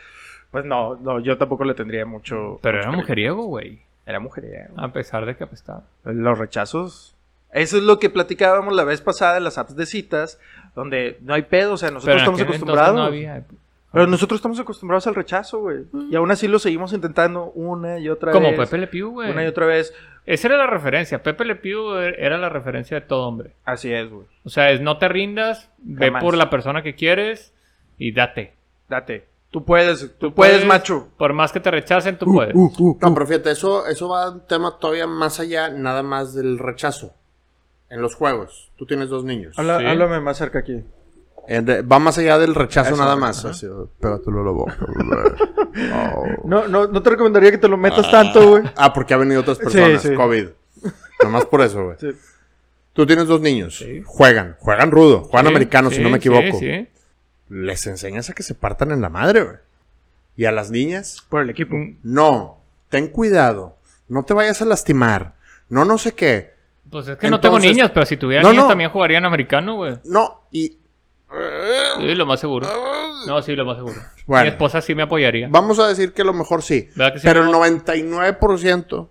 Speaker 1: Pues no, no, yo tampoco le tendría mucho.
Speaker 2: Pero era
Speaker 1: mucho cariño.
Speaker 2: mujeriego, güey.
Speaker 1: Era mujer, eh.
Speaker 2: A pesar de que apestaba.
Speaker 1: Los rechazos. Eso es lo que platicábamos la vez pasada en las apps de citas, donde no hay pedo, o sea, nosotros
Speaker 2: Pero en
Speaker 1: estamos
Speaker 2: aquel entonces
Speaker 1: acostumbrados.
Speaker 2: No había.
Speaker 1: Pero nosotros estamos acostumbrados al rechazo, güey. Y aún así lo seguimos intentando una y otra
Speaker 2: Como
Speaker 1: vez.
Speaker 2: Pepe Le Pew, güey.
Speaker 1: Pues, Una y otra vez.
Speaker 2: Esa era la referencia. Pepe Le Pew er, era la referencia de todo hombre.
Speaker 1: Así es, güey.
Speaker 2: O sea, es no te rindas, ve
Speaker 1: Jamás.
Speaker 2: por la persona que quieres y date.
Speaker 1: Date. Tú puedes, tú, puedes, macho. Uh,
Speaker 2: Por más que te rechacen, tú puedes.
Speaker 3: No, pero fíjate, eso, eso va a un tema todavía más allá, nada más del rechazo. En los juegos. Tú tienes dos niños.
Speaker 1: Habla-
Speaker 2: Sí.
Speaker 1: Háblame más cerca aquí.
Speaker 3: En re- va más allá del rechazo
Speaker 1: Eso,
Speaker 3: nada
Speaker 1: ajá.
Speaker 3: más. Así, pégatelo a la boca. Oh.
Speaker 1: No, no, no te recomendaría que te lo metas tanto, güey.
Speaker 3: Ah, porque ha venido otras personas.
Speaker 1: Sí, sí.
Speaker 3: COVID. Nomás por eso, güey.
Speaker 1: Sí.
Speaker 3: Tú tienes dos niños.
Speaker 2: Sí.
Speaker 3: Juegan. Juegan rudo. Juegan
Speaker 2: Sí,
Speaker 3: americano, si
Speaker 2: sí,
Speaker 3: no me
Speaker 2: sí,
Speaker 3: equivoco.
Speaker 2: sí.
Speaker 3: Les enseñas a que se partan en la madre, güey. Y a las niñas,
Speaker 1: Por el equipo.
Speaker 3: no. Ten cuidado. No te vayas a lastimar. No, no sé qué.
Speaker 2: Pues es que no tengo
Speaker 3: Entonces-
Speaker 2: niñas, pero si tuviera
Speaker 3: No,
Speaker 2: niñas
Speaker 3: no.
Speaker 2: también jugarían americano, güey.
Speaker 3: No, y
Speaker 2: Sí, lo más seguro. No, sí, lo más seguro.
Speaker 3: Bueno.
Speaker 2: Mi esposa sí me apoyaría.
Speaker 3: vamos a decir que a lo mejor sí.
Speaker 2: ¿Verdad que sí,
Speaker 3: pero el
Speaker 2: amor?
Speaker 3: 99%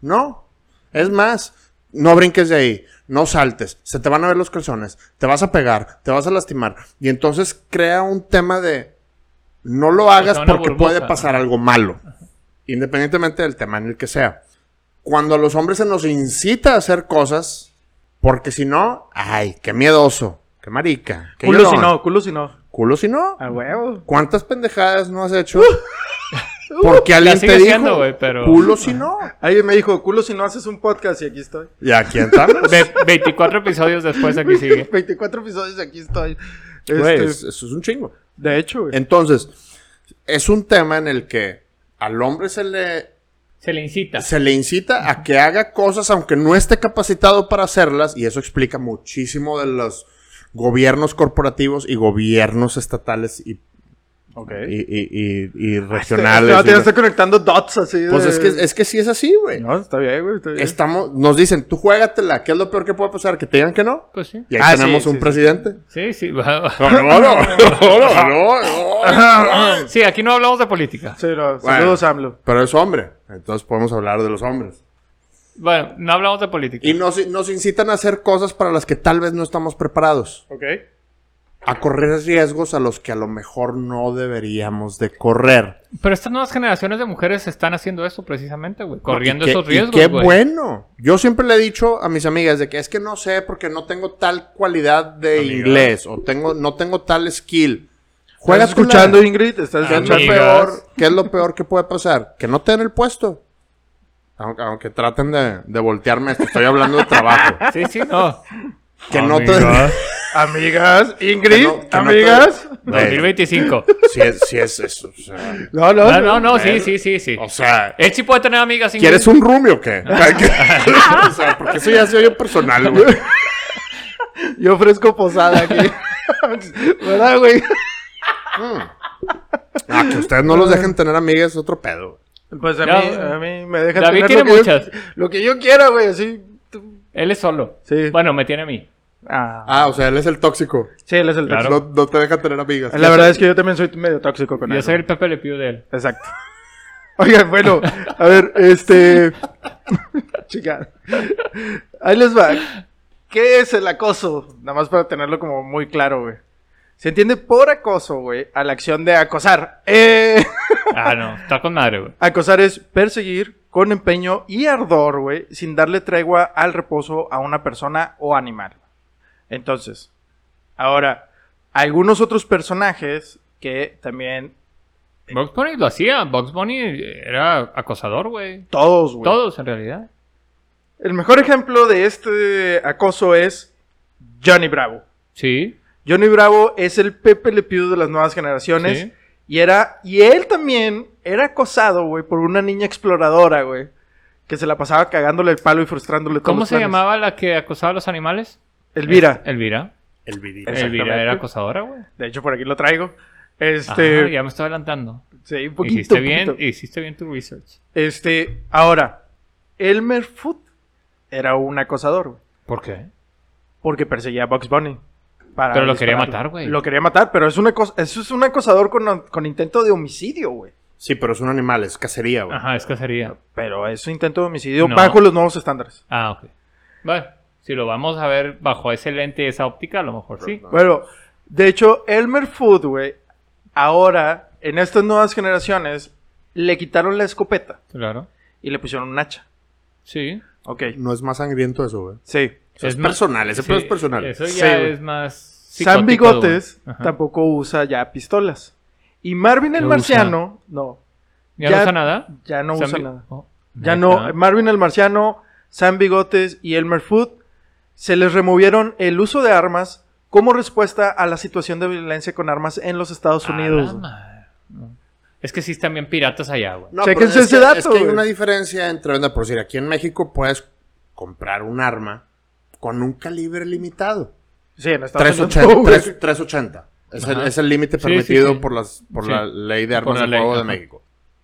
Speaker 3: no. Es más, no brinques de ahí, no saltes, se te van a ver los calzones, te vas a pegar, te vas a lastimar. Y entonces crea un tema de no lo hagas
Speaker 2: una
Speaker 3: porque
Speaker 2: burbuja.
Speaker 3: puede pasar algo malo, independientemente del tema en el que sea. Cuando a los hombres se nos incita a hacer cosas, porque si no, ay, qué miedoso, qué marica, qué
Speaker 1: Culo si
Speaker 3: llorón.
Speaker 1: no, culo si no.
Speaker 3: culo si no.
Speaker 1: A huevo.
Speaker 3: ¿Cuántas pendejadas no has hecho? Porque alguien
Speaker 2: La
Speaker 3: te
Speaker 2: sigue
Speaker 3: dijo,
Speaker 2: haciendo, güey, pero-
Speaker 3: culo si no.
Speaker 1: Alguien me dijo, culo si no haces un podcast y aquí estoy.
Speaker 3: ¿Y aquí estamos?
Speaker 2: Ve- 24 episodios después aquí sigue.
Speaker 1: 24 episodios y aquí estoy. Este,
Speaker 3: Güey, es- eso es un chingo.
Speaker 1: de hecho, güey.
Speaker 3: Entonces, es un tema en el que al hombre se le,
Speaker 2: Se le incita.
Speaker 3: se le incita a que haga cosas aunque no esté capacitado para hacerlas y eso explica muchísimo de los gobiernos corporativos y gobiernos estatales y,
Speaker 1: Ok.
Speaker 3: y, y- y- y
Speaker 1: Este
Speaker 3: regionales.
Speaker 1: vato ya está conectando dots así. de-
Speaker 3: pues es que, es que sí es así, güey.
Speaker 1: No, está bien, güey. Está bien.
Speaker 3: Estamos, nos dicen, tú juégatela, ¿qué es lo peor que puede pasar? Que te digan que no.
Speaker 2: Pues sí.
Speaker 3: Y ahí
Speaker 1: Ah,
Speaker 3: tenemos
Speaker 1: sí,
Speaker 3: un
Speaker 1: sí,
Speaker 3: presidente.
Speaker 2: Sí, sí. va- va.
Speaker 3: No, no, no, no, no.
Speaker 2: Sí, aquí no hablamos de política.
Speaker 1: Sí, no,
Speaker 3: Bueno.
Speaker 1: Saludos, AMLO.
Speaker 3: Pero es hombre, entonces podemos hablar de los hombres.
Speaker 2: Bueno, no hablamos de política.
Speaker 3: Y nos, nos incitan a hacer cosas para las que tal vez no estamos preparados.
Speaker 1: Ok.
Speaker 3: A correr riesgos a los que a lo mejor no deberíamos de correr.
Speaker 2: Pero estas nuevas generaciones de mujeres están haciendo eso precisamente, güey. Corriendo
Speaker 3: Y qué-
Speaker 2: esos
Speaker 3: y
Speaker 2: riesgos,
Speaker 3: qué
Speaker 2: güey.
Speaker 3: bueno. Yo siempre le he dicho a mis amigas de que es que no sé porque no tengo tal cualidad de inglés o tengo, no tengo tal skill. Juegas
Speaker 1: ¿Estás
Speaker 3: con la-
Speaker 1: escuchando, Ingrid? ¿Estás
Speaker 3: ¿Qué es,
Speaker 1: escuchando?
Speaker 3: lo
Speaker 2: Amigas.
Speaker 3: peor, ¿Qué es lo peor que puede pasar? Que no te den el puesto. Aunque, aunque traten de, de voltearme, esto, estoy hablando de trabajo.
Speaker 2: Sí, sí, no.
Speaker 3: Que no te
Speaker 2: Amigas.
Speaker 1: Amigas, Ingrid,
Speaker 3: Que no- que no te-
Speaker 1: amigas.
Speaker 3: Güey,
Speaker 2: 2025.
Speaker 3: si, es, si es eso. O sea,
Speaker 1: No, no,
Speaker 2: No, Ah, no, no, sí, sí, sí, sí.
Speaker 3: o sea,
Speaker 2: Él sí puede tener amigas sin...
Speaker 3: ¿quieres un rubio o qué? o sea, porque eso ya se oye personal, güey.
Speaker 1: Yo ofrezco posada aquí. ¿Verdad, güey?
Speaker 3: Ah, que ustedes no los dejen tener amigas es otro pedo.
Speaker 1: Pues a,
Speaker 2: Ya,
Speaker 1: mí,
Speaker 2: güey.
Speaker 1: a mí me deja tener
Speaker 2: David tiene
Speaker 1: lo que
Speaker 2: muchas.
Speaker 1: Yo, lo que yo quiera, güey. Así. tú-
Speaker 2: Él es solo.
Speaker 1: Sí.
Speaker 2: Bueno, me tiene a mí.
Speaker 1: Ah.
Speaker 3: Ah, o sea, él es el tóxico.
Speaker 1: Sí, él es el
Speaker 2: Claro.
Speaker 1: tóxico.
Speaker 3: No, no te deja tener amigas.
Speaker 1: La verdad es que yo también soy medio tóxico con él.
Speaker 2: Yo soy
Speaker 1: güey.
Speaker 2: el Pepe Le Pew de él.
Speaker 1: Exacto. Oigan, bueno, a ver, este. Chica. Ahí les va. ¿Qué es el acoso? Nada más para tenerlo como muy claro, güey. Se entiende por acoso, güey, a la acción de acosar. Eh,
Speaker 2: Ah, no. Está con madre, güey.
Speaker 1: acosar es perseguir con empeño y ardor, güey, sin darle tregua al reposo a una persona o animal. Entonces, ahora, algunos otros personajes que también.
Speaker 2: Bugs Bunny lo hacía. Bugs Bunny era acosador, güey.
Speaker 1: Todos, güey.
Speaker 2: Todos, en realidad.
Speaker 1: El mejor ejemplo de este acoso es Johnny Bravo.
Speaker 2: Sí.
Speaker 1: Johnny Bravo es el Pepe Le Pew de las nuevas generaciones.
Speaker 2: Sí.
Speaker 1: Y era. Y él también era acosado, güey, por una niña exploradora, güey. Que se la pasaba cagándole el palo y frustrándole todos
Speaker 2: ¿Cómo
Speaker 1: los
Speaker 2: se
Speaker 1: planes.
Speaker 2: llamaba la que acosaba a los animales?
Speaker 1: Elvira.
Speaker 2: Elvira.
Speaker 3: El video.
Speaker 1: Exactamente.
Speaker 2: Elvira era acosadora, güey.
Speaker 1: De hecho, por aquí lo traigo. Este.
Speaker 2: Ajá, ya me estoy adelantando.
Speaker 1: Sí, un poquito.
Speaker 2: hiciste,
Speaker 1: un
Speaker 2: bien,
Speaker 1: poquito.
Speaker 2: hiciste bien tu research.
Speaker 1: Este. Ahora, Elmer Foot era un acosador, güey.
Speaker 2: ¿Por qué?
Speaker 1: Porque perseguía a Bugs Bunny. para
Speaker 2: Pero lo quería
Speaker 1: dispararle.
Speaker 2: matar, güey.
Speaker 1: Lo quería matar, pero es, una cosa, eso es un acosador con, con intento de homicidio, güey.
Speaker 3: Sí, pero es un animal, es cacería, güey.
Speaker 2: Ajá, es cacería.
Speaker 1: Pero es un intento de homicidio
Speaker 2: No.
Speaker 1: bajo los nuevos estándares.
Speaker 2: Ah, ok. Bueno, si lo vamos a ver bajo ese lente y esa óptica, a lo mejor sí.
Speaker 1: Bueno, de hecho, Elmer Food, güey, Ahora, en estas nuevas generaciones, le quitaron la escopeta
Speaker 2: Claro.
Speaker 1: y le pusieron un hacha.
Speaker 2: Sí.
Speaker 1: Ok.
Speaker 3: No es más sangriento eso, güey.
Speaker 1: Sí.
Speaker 3: Eso es,
Speaker 2: más-
Speaker 3: personal, ese
Speaker 2: sí,
Speaker 3: pedo es personal.
Speaker 2: Eso ya
Speaker 1: Sí, güey.
Speaker 2: es más.
Speaker 1: San
Speaker 2: psicótico,
Speaker 1: Bigotes
Speaker 2: güey. Ajá.
Speaker 1: tampoco usa ya pistolas. Y Marvin el
Speaker 2: usa?
Speaker 1: Marciano, no,
Speaker 2: ¿Ya,
Speaker 1: ya-
Speaker 2: no usa nada?
Speaker 1: ya no
Speaker 2: San
Speaker 1: usa
Speaker 2: Bi-
Speaker 1: nada.
Speaker 2: Oh,
Speaker 1: Ya
Speaker 2: neta.
Speaker 1: no, Marvin el Marciano, Sam Bigotes y Elmer Food se les removieron el uso de armas como respuesta a la situación de violencia con armas en los Estados
Speaker 2: A la
Speaker 1: Unidos.
Speaker 2: madre. No. Es que sí están bien piratas allá, güey.
Speaker 3: No,
Speaker 1: Chéquense
Speaker 3: pero es
Speaker 1: ese
Speaker 3: que,
Speaker 1: dato,
Speaker 3: es que hay
Speaker 1: güey.
Speaker 3: una diferencia entre, anda, por decir, aquí en México puedes comprar un arma con un calibre limitado.
Speaker 1: Sí, en Estados Unidos.
Speaker 3: 380.
Speaker 1: güey.
Speaker 3: 3- 380. Es el-
Speaker 2: Ajá.
Speaker 3: es el límite
Speaker 2: Sí,
Speaker 3: permitido
Speaker 2: sí, sí.
Speaker 3: por las por
Speaker 2: Sí.
Speaker 3: la ley de
Speaker 2: Por
Speaker 3: armas
Speaker 2: la
Speaker 3: de
Speaker 2: ley,
Speaker 3: fuego de
Speaker 2: ajá.
Speaker 3: México.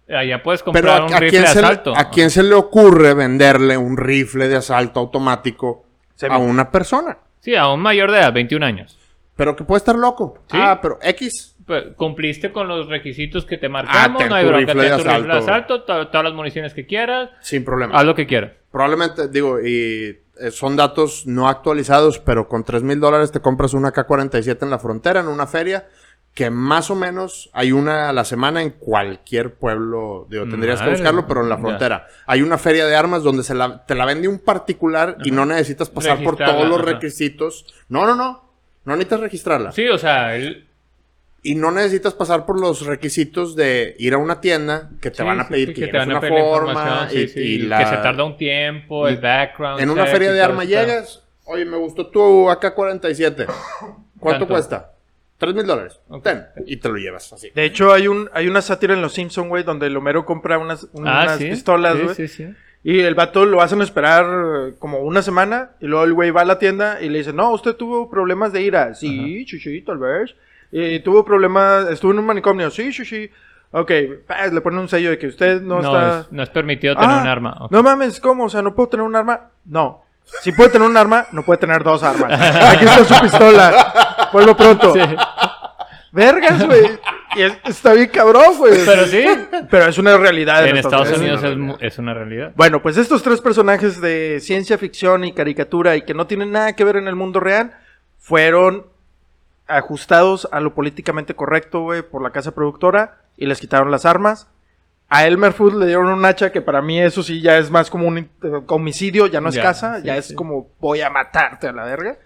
Speaker 2: Allá puedes
Speaker 3: Pero
Speaker 2: comprar
Speaker 3: a,
Speaker 2: un
Speaker 3: a
Speaker 2: rifle
Speaker 3: quién
Speaker 2: de
Speaker 3: se le,
Speaker 2: asalto.
Speaker 3: ¿a quién se le ocurre venderle un rifle de asalto automático
Speaker 1: Se
Speaker 3: a
Speaker 1: me-
Speaker 3: una persona?
Speaker 2: Sí, a un mayor de edad, 21 años.
Speaker 3: Pero que puede estar loco.
Speaker 2: Sí.
Speaker 3: Ah, pero X.
Speaker 2: Pues, cumpliste con los requisitos que te marcamos,
Speaker 3: Ah, ten
Speaker 2: no hay
Speaker 3: tu
Speaker 2: bronca,
Speaker 3: rifle
Speaker 2: ten
Speaker 3: de
Speaker 2: tu rifle de
Speaker 3: asalto,
Speaker 2: asalto, to- todas las municiones que quieras,
Speaker 3: Sin problema.
Speaker 2: haz lo que quieras.
Speaker 3: Probablemente, digo, y eh, son datos no actualizados, pero con 3 mil dólares te compras una K-47 en la frontera, en una feria, que más o menos hay una a la semana en cualquier pueblo. Digo, tendrías
Speaker 2: Madre,
Speaker 3: que buscarlo, pero en la
Speaker 2: ya.
Speaker 3: frontera. Hay una feria de armas donde se la, te la vende un particular y no necesitas pasar por
Speaker 2: Registrarla,
Speaker 3: todos los
Speaker 2: ajá.
Speaker 3: requisitos. No, no, no. No necesitas registrarla.
Speaker 2: Sí, o sea, el-
Speaker 3: Y no necesitas pasar por los requisitos de ir a una tienda que te
Speaker 2: sí,
Speaker 3: van a
Speaker 2: sí,
Speaker 3: pedir
Speaker 2: sí,
Speaker 3: que llenes una
Speaker 2: pedir la
Speaker 3: forma
Speaker 2: información,
Speaker 3: y,
Speaker 2: sí, sí,
Speaker 3: y
Speaker 2: que
Speaker 3: la-
Speaker 2: se tarda un tiempo, el background.
Speaker 3: en una
Speaker 2: check
Speaker 3: feria
Speaker 2: y
Speaker 3: de
Speaker 2: todo
Speaker 3: armas
Speaker 2: está.
Speaker 3: llegas, oye, me gustó tu AK-47. ¿Cuánto
Speaker 2: ¿Cuánto?
Speaker 3: cuesta? Tres mil dólares.
Speaker 2: Ok.
Speaker 3: Ten. Y te lo llevas así.
Speaker 1: De hecho, hay un hay una sátira en Los Simpsons, güey, donde el Homero compra unas,
Speaker 2: Ah,
Speaker 1: unas
Speaker 2: sí.
Speaker 1: pistolas,
Speaker 2: Sí,
Speaker 1: güey.
Speaker 2: sí, sí.
Speaker 1: Y el vato lo hacen esperar eh, como una semana. Y luego el güey va a la tienda y le dice: No, usted tuvo problemas de ira. Sí, chuchi, tal vez. Y tuvo problemas, estuvo en un manicomio. Sí, chuchi. Ok, paz, le ponen un sello de que usted no,
Speaker 2: No,
Speaker 1: está.
Speaker 2: es, no es permitido tener
Speaker 1: Ah,
Speaker 2: un arma. ok.
Speaker 1: No mames, ¿cómo? O sea, no puedo tener un arma. No. Si puede tener un arma, no puede tener dos armas. Aquí está su pistola. Vuelvo pronto.
Speaker 2: Sí.
Speaker 1: Vergas, güey. Y es- está bien cabrón, güey.
Speaker 2: Pero sí,
Speaker 1: Pero es una realidad.
Speaker 2: en Estados Unidos
Speaker 3: una
Speaker 2: es, mu- es una realidad.
Speaker 1: Bueno, pues estos tres personajes de ciencia ficción y caricatura y que no tienen nada que ver en el mundo real fueron ajustados a lo políticamente correcto, güey, por la casa productora y les quitaron las armas. A Elmer Food le dieron un hacha que para mí eso sí ya es más como un eh, homicidio, ya no es
Speaker 2: Ya,
Speaker 1: casa,
Speaker 2: sí,
Speaker 1: ya es
Speaker 2: sí.
Speaker 1: como voy a matarte a la verga.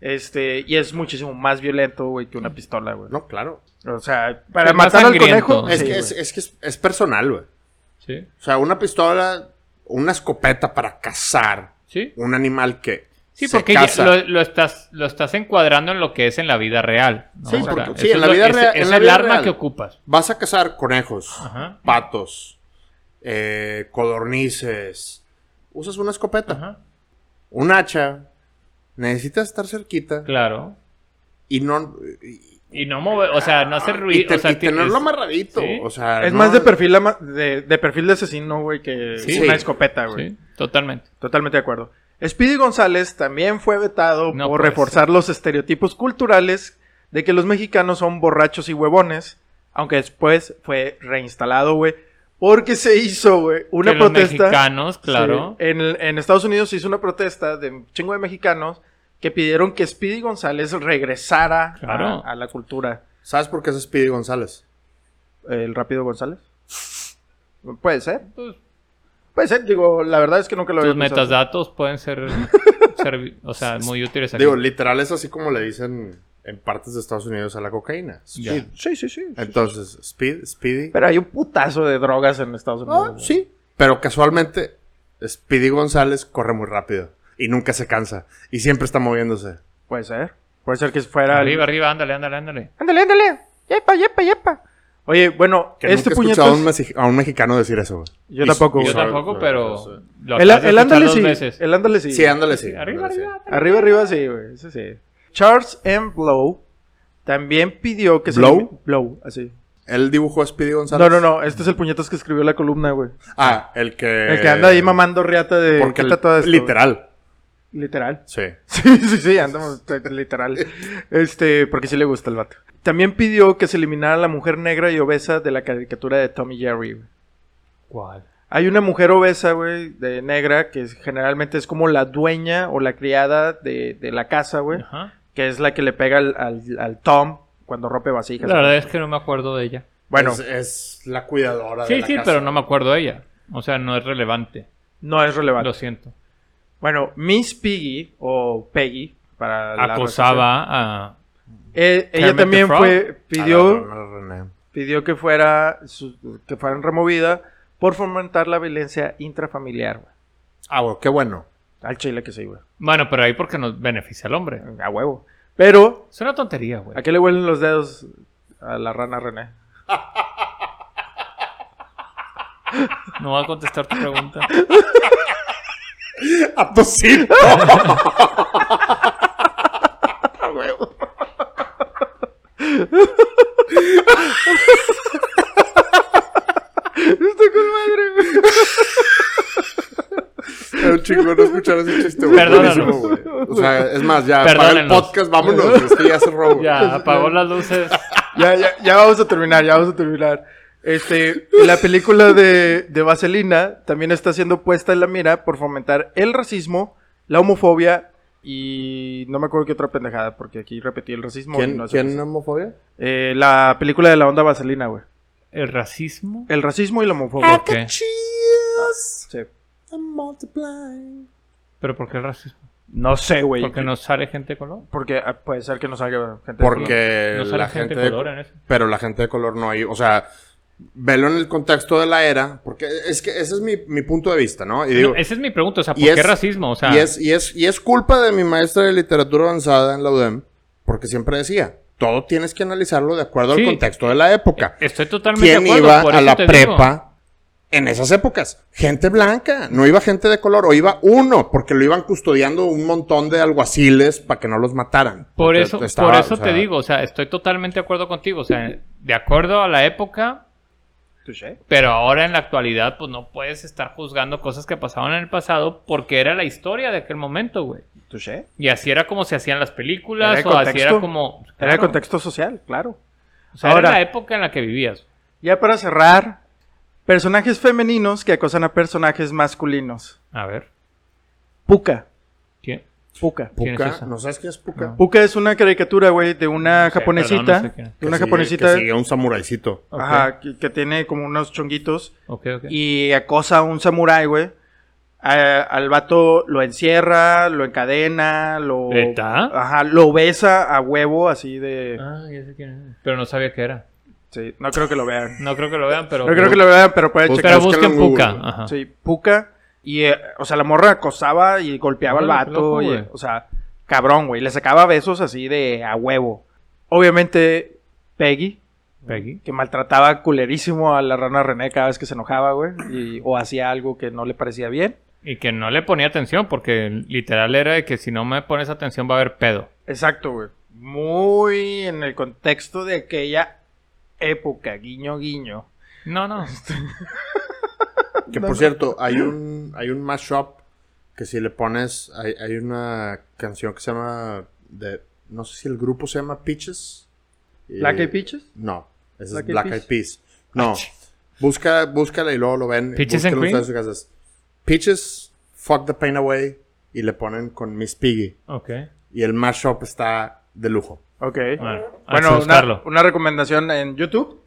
Speaker 1: Este, y es muchísimo más violento, güey, que una pistola, güey.
Speaker 3: No, claro.
Speaker 1: O sea, para
Speaker 2: Mm. Es más
Speaker 1: matar al
Speaker 2: sangriento.
Speaker 1: conejo
Speaker 3: es,
Speaker 1: sí,
Speaker 3: que
Speaker 1: güey.
Speaker 3: es, es que es, es personal, güey. O
Speaker 2: Sí,
Speaker 3: sea, una pistola, una escopeta para cazar
Speaker 2: sí.
Speaker 3: un animal que
Speaker 2: Sí,
Speaker 3: se
Speaker 2: porque ya
Speaker 3: caza.
Speaker 2: lo, lo estás, lo estás encuadrando en lo que es en la vida real. ¿no?
Speaker 3: Sí,
Speaker 2: O sea,
Speaker 3: porque-
Speaker 2: eso
Speaker 3: sí, en
Speaker 2: es
Speaker 3: la
Speaker 2: lo-
Speaker 3: vida
Speaker 2: es-
Speaker 3: rea- en
Speaker 2: Es
Speaker 3: la
Speaker 2: el
Speaker 3: vida
Speaker 2: arma
Speaker 3: real.
Speaker 2: que ocupas.
Speaker 3: Vas a cazar conejos,
Speaker 2: Ajá.
Speaker 3: patos, eh, codornices. Usas una escopeta,
Speaker 2: Ajá.
Speaker 3: un hacha. Necesitas estar cerquita
Speaker 2: Claro.
Speaker 3: y no... y-
Speaker 2: Y no mover, o sea, no hacer ruido.
Speaker 3: Ah, y, te-
Speaker 2: o sea,
Speaker 3: y
Speaker 2: ti-
Speaker 3: tenerlo
Speaker 2: es-
Speaker 3: amarradito.
Speaker 2: sí.
Speaker 3: O sea,
Speaker 1: Es
Speaker 3: Ah, no-
Speaker 1: más de perfil, ama- de, de perfil de asesino, güey, que
Speaker 2: Sí.
Speaker 1: una
Speaker 3: Sí.
Speaker 1: escopeta, güey.
Speaker 2: Sí, totalmente.
Speaker 1: Totalmente de acuerdo. Speedy González también fue vetado
Speaker 2: No
Speaker 1: por
Speaker 2: puede
Speaker 1: reforzar los estereotipos culturales de que los mexicanos son borrachos y huevones, aunque después fue reinstalado, güey, porque se hizo, güey, una
Speaker 2: Que Los
Speaker 1: protesta.
Speaker 2: mexicanos, claro.
Speaker 1: Sí, en, en Estados Unidos se hizo una protesta de un chingo de mexicanos que pidieron que Speedy González regresara a-
Speaker 2: Claro.
Speaker 1: a, la cultura.
Speaker 3: ¿Sabes por qué es Speedy González?
Speaker 1: ¿El Rápido González? Puede ser.
Speaker 2: Pues,
Speaker 1: Puede ser, eh, digo, la verdad es que nunca lo había
Speaker 2: tus
Speaker 1: pensado.
Speaker 2: metadatos pueden ser, servi- o sea, muy útiles aquí.
Speaker 3: Digo, literal es así como le dicen en partes de Estados Unidos a la cocaína.
Speaker 2: Ya.
Speaker 3: Speed.
Speaker 1: Sí, sí, sí.
Speaker 3: Entonces, Speed, Speedy.
Speaker 1: Pero hay un putazo de drogas en Estados Unidos.
Speaker 3: Ah,
Speaker 1: güey.
Speaker 3: sí. Pero casualmente, Speedy González corre muy rápido y nunca se cansa y siempre está moviéndose.
Speaker 1: Puede ser. Puede ser que fuera. el-
Speaker 2: arriba, arriba, ándale, ándale, ándale.
Speaker 1: Ándale, ándale. Yepa, yepa, yepa. Oye, bueno,
Speaker 3: Que
Speaker 1: este
Speaker 3: nunca he escuchado a un,
Speaker 1: puñetazo.
Speaker 3: mexi- a un mexicano decir eso. güey.
Speaker 1: Yo
Speaker 3: Y-
Speaker 1: tampoco,
Speaker 3: y
Speaker 1: güey.
Speaker 2: Yo
Speaker 3: sabe-
Speaker 2: tampoco,
Speaker 3: sabe-
Speaker 2: pero
Speaker 3: sabe-
Speaker 2: lo
Speaker 1: El,
Speaker 2: acabas de
Speaker 1: el
Speaker 2: escuchar
Speaker 1: ándale
Speaker 2: dos
Speaker 1: sí.
Speaker 2: veces.
Speaker 1: El ándale sí.
Speaker 3: Sí, ándale, sí.
Speaker 2: Arriba,
Speaker 3: ándale, sí.
Speaker 2: arriba.
Speaker 1: Arriba, arriba sí, güey. Eso sí. Charles M. Blow también pidió que se.
Speaker 3: ¿Blow?
Speaker 1: Blow, así.
Speaker 3: Él dibujó a Speedy
Speaker 1: No,
Speaker 3: González.
Speaker 1: no, no. Este es el puñetazo que escribió la columna, güey.
Speaker 3: Ah, el que.
Speaker 1: El que anda ahí mamando riata de.
Speaker 3: Porque
Speaker 1: quita todo esto, güey.
Speaker 3: literal.
Speaker 1: Literal.
Speaker 3: Sí.
Speaker 1: Sí, sí, sí, andamos t- literal. Este, porque sí le gusta el vato. También pidió que se eliminara la mujer negra y obesa de la caricatura de Tommy Jerry. güey.
Speaker 2: ¿Cuál?
Speaker 1: Hay una mujer obesa, güey, de negra, que es- generalmente es como la dueña o la criada de, de la casa, güey,
Speaker 2: Ajá.
Speaker 1: que es la que le pega al, al- al Tom cuando rompe vasijas.
Speaker 2: La verdad eh, es que no me acuerdo de ella.
Speaker 1: Bueno,
Speaker 3: Es, es la cuidadora de
Speaker 2: Sí,
Speaker 3: la
Speaker 2: sí,
Speaker 3: casa.
Speaker 2: pero no me acuerdo de ella. O sea, no es relevante.
Speaker 1: no es relevante.
Speaker 2: Lo siento.
Speaker 1: Bueno, Miss Piggy o Peggy para la
Speaker 2: Acosaba a...
Speaker 1: recepción. Eh, ella
Speaker 2: Kermit the
Speaker 1: también
Speaker 2: Frog. Ah,
Speaker 1: fue
Speaker 3: A
Speaker 1: pidió
Speaker 3: la- a la- a la-
Speaker 1: pidió que fuera su- que fueran removida por fomentar la violencia intrafamiliar. güey.
Speaker 3: Ah, güey, qué bueno.
Speaker 1: Al chile que se güey.
Speaker 2: Bueno, pero ahí porque nos beneficia al hombre.
Speaker 1: A huevo. Pero
Speaker 2: Es una tontería, güey.
Speaker 1: ¿a qué le huelen los dedos a la rana René?
Speaker 2: No va a contestar tu pregunta.
Speaker 3: ¡A tu Ah, pues sí!
Speaker 1: Está con madre. güey.
Speaker 3: Era un chingón no escuchar ese chiste, güey.
Speaker 2: Perdónalo.
Speaker 3: Buenísimo, güey. O sea, es más, ya, para el
Speaker 2: Perdónenos.
Speaker 3: podcast, vámonos. güey. Este ya cerró, güey.
Speaker 2: Ya, apagó las luces.
Speaker 1: Ya, ya, ya vamos a terminar, ya vamos a terminar. Este, la película de, de Vaselina también está siendo puesta en la mira por fomentar el racismo, la homofobia y no me acuerdo qué otra pendejada, porque aquí repetí el racismo. y
Speaker 3: ¿Quién,
Speaker 1: no es
Speaker 3: ¿quién
Speaker 1: racismo.
Speaker 3: homofobia?
Speaker 1: Eh, la película de la onda Vaselina, güey.
Speaker 2: El racismo.
Speaker 1: El racismo y la homofobia.
Speaker 2: ¿Qué?
Speaker 1: Sí.
Speaker 2: ¿Pero por qué el racismo?
Speaker 1: No sé, güey.
Speaker 2: Porque no sale gente de color.
Speaker 1: Porque ah, puede ser que no salga gente. de color.
Speaker 3: Porque
Speaker 2: No sale
Speaker 3: la
Speaker 2: gente
Speaker 3: gente,
Speaker 2: de color en eso.
Speaker 3: Pero la gente de color no hay. O sea, velo en el contexto de la era. Porque es que ese es mi, mi punto de vista, ¿no? Y digo,
Speaker 2: Esa es mi pregunta, o sea, ¿por
Speaker 3: y
Speaker 2: qué
Speaker 3: es-
Speaker 2: racismo? O sea,
Speaker 3: y, es, y, es, y es culpa de mi maestra de literatura avanzada en la UDEM. Porque siempre decía, todo tienes que analizarlo de acuerdo
Speaker 2: Sí.
Speaker 3: al contexto de la época.
Speaker 2: eh, estoy totalmente
Speaker 3: ¿Quién
Speaker 2: de acuerdo.
Speaker 3: iba
Speaker 2: por
Speaker 3: a
Speaker 2: eso
Speaker 3: la
Speaker 2: te digo.
Speaker 3: prepa en esas épocas? Gente blanca, no iba gente de color, o iba uno, porque lo iban custodiando un montón de alguaciles para que no los mataran.
Speaker 2: Por
Speaker 3: Porque
Speaker 2: eso,
Speaker 3: estaba,
Speaker 2: por eso
Speaker 3: o sea,
Speaker 2: te digo, o sea, estoy totalmente de acuerdo contigo. O sea, de acuerdo a la época,
Speaker 1: Touché.
Speaker 2: pero ahora en la actualidad, pues no puedes estar juzgando cosas que pasaban en el pasado porque era la historia de aquel momento, güey.
Speaker 1: Touché.
Speaker 2: Y así era como se hacían las
Speaker 1: Era
Speaker 2: películas,
Speaker 1: el
Speaker 2: o así
Speaker 1: contexto.
Speaker 2: era como.
Speaker 1: Era el
Speaker 2: Claro.
Speaker 1: contexto social, claro.
Speaker 2: O sea,
Speaker 1: Ahora-
Speaker 2: era la época en la que vivías.
Speaker 1: Ya para cerrar, personajes femeninos que acosan a personajes masculinos.
Speaker 2: A ver,
Speaker 1: Puka.
Speaker 2: ¿quién?
Speaker 1: Puka.
Speaker 2: ¿Quién es
Speaker 3: Puka,
Speaker 2: esa?
Speaker 3: ¿no sabes qué es Puka?
Speaker 2: No.
Speaker 1: Puka es una caricatura, güey, de una
Speaker 2: No sé,
Speaker 1: japonesita.
Speaker 2: perdón, no sé quién es.
Speaker 1: de una
Speaker 3: Que sigue-
Speaker 1: japonesita.
Speaker 3: que sigue un samuraicito.
Speaker 2: Ok,
Speaker 1: Ajá, que, que tiene como unos chonguitos.
Speaker 2: ok, ok.
Speaker 1: Y acosa a un samurái, güey. A- al vato lo encierra, lo encadena, lo.
Speaker 2: ¿Neta?
Speaker 1: Ajá, lo besa a huevo, así de.
Speaker 2: Ah, ya sé quién es. Pero no sabía qué era.
Speaker 1: Sí, no creo que lo vean.
Speaker 2: No creo que lo Ah. vean, pero.
Speaker 1: No creo que lo vean, pero puede
Speaker 3: Pues,
Speaker 1: checar.
Speaker 2: Pero
Speaker 3: Búscalo
Speaker 2: busquen
Speaker 3: en Google,
Speaker 2: Puka.
Speaker 3: güey.
Speaker 2: Ajá.
Speaker 1: Sí, Puka. Y, eh, o sea, la morra acosaba y golpeaba al
Speaker 2: Órale, qué
Speaker 1: vato.
Speaker 2: loco,
Speaker 1: y,
Speaker 2: güey.
Speaker 1: o sea, cabrón, güey. Le sacaba besos así de a huevo. Obviamente, Peggy,
Speaker 2: Peggy.
Speaker 1: que maltrataba culerísimo a la rana René cada vez que se enojaba, güey. y- o hacía algo que no le parecía bien.
Speaker 2: Y que no le ponía atención, porque literal era de que si no me pones atención va a haber pedo.
Speaker 1: Exacto, güey. Muy en el contexto de aquella época, guiño, guiño.
Speaker 2: No, no.
Speaker 3: Que por cierto, hay un, hay un mashup que si le pones, hay, hay una canción que se llama, de, no sé si el grupo se llama Peaches.
Speaker 1: ¿Black
Speaker 3: Eh,
Speaker 1: Eyed Peaches?
Speaker 3: No, ese
Speaker 1: Black
Speaker 3: es
Speaker 1: Eyed
Speaker 3: Black
Speaker 1: Peas.
Speaker 3: Eyed Peas. No, busca, búscala y luego lo ven.
Speaker 2: ¿Peaches
Speaker 3: Búsquenlo
Speaker 2: and Cream?
Speaker 3: ustedes en sus casas. Peaches, Fuck the Pain Away y le ponen con Miss Piggy.
Speaker 2: Ok.
Speaker 3: Y el mashup está de lujo.
Speaker 1: Ok.
Speaker 2: Bueno, Ah, hay que
Speaker 1: Bueno, una,
Speaker 2: buscarlo.
Speaker 1: una recomendación en YouTube.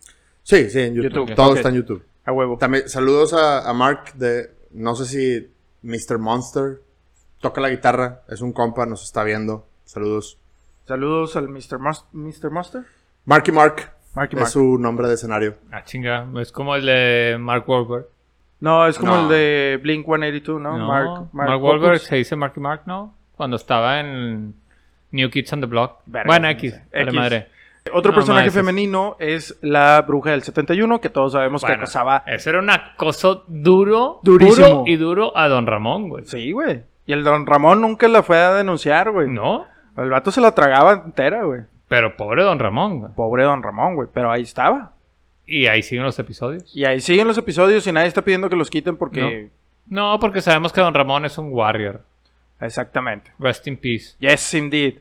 Speaker 3: Sí, sí, en YouTube.
Speaker 1: YouTube,
Speaker 3: Todo
Speaker 1: ok.
Speaker 3: está en YouTube.
Speaker 1: A huevo.
Speaker 3: También saludos a, a Mark de, no sé si Mr. Monster toca la guitarra, es un compa, nos está viendo. Saludos.
Speaker 1: Saludos al Mr. Mus- Mr. Monster.
Speaker 3: Marky Mark,
Speaker 1: Marky
Speaker 3: es
Speaker 1: Mark.
Speaker 3: su nombre de escenario.
Speaker 2: Ah, chinga. Es como el de Mark Wahlberg.
Speaker 1: No, es como
Speaker 3: No.
Speaker 1: el de Blink 182, ¿no?
Speaker 2: No,
Speaker 1: Mark,
Speaker 2: Mark, Wahlberg
Speaker 1: Hoppus.
Speaker 2: se dice Marky Mark, ¿no? Cuando estaba en New Kids on the Block.
Speaker 1: Verga,
Speaker 2: bueno,
Speaker 1: no
Speaker 2: X.
Speaker 1: sé.
Speaker 2: a la
Speaker 1: X.
Speaker 2: madre.
Speaker 1: Otro
Speaker 2: No,
Speaker 1: personaje
Speaker 2: maestros.
Speaker 1: femenino es la bruja del 71, que todos sabemos que
Speaker 2: Bueno,
Speaker 1: acosaba.
Speaker 2: Eso era un acoso duro.
Speaker 1: Durísimo.
Speaker 2: Duro y duro a Don Ramón, güey.
Speaker 1: Sí, güey. Y el don Ramón nunca la fue a denunciar, güey.
Speaker 2: ¿No?
Speaker 1: El vato se la tragaba entera, güey.
Speaker 2: Pero pobre Don Ramón, güey.
Speaker 1: Pobre don Ramón, güey. Pero ahí estaba.
Speaker 2: Y ahí siguen los episodios.
Speaker 1: Y ahí siguen los episodios y nadie está pidiendo que los quiten porque...
Speaker 2: No, porque sabemos que Don Ramón es un warrior.
Speaker 1: Exactamente.
Speaker 2: Rest in peace.
Speaker 1: Yes, indeed.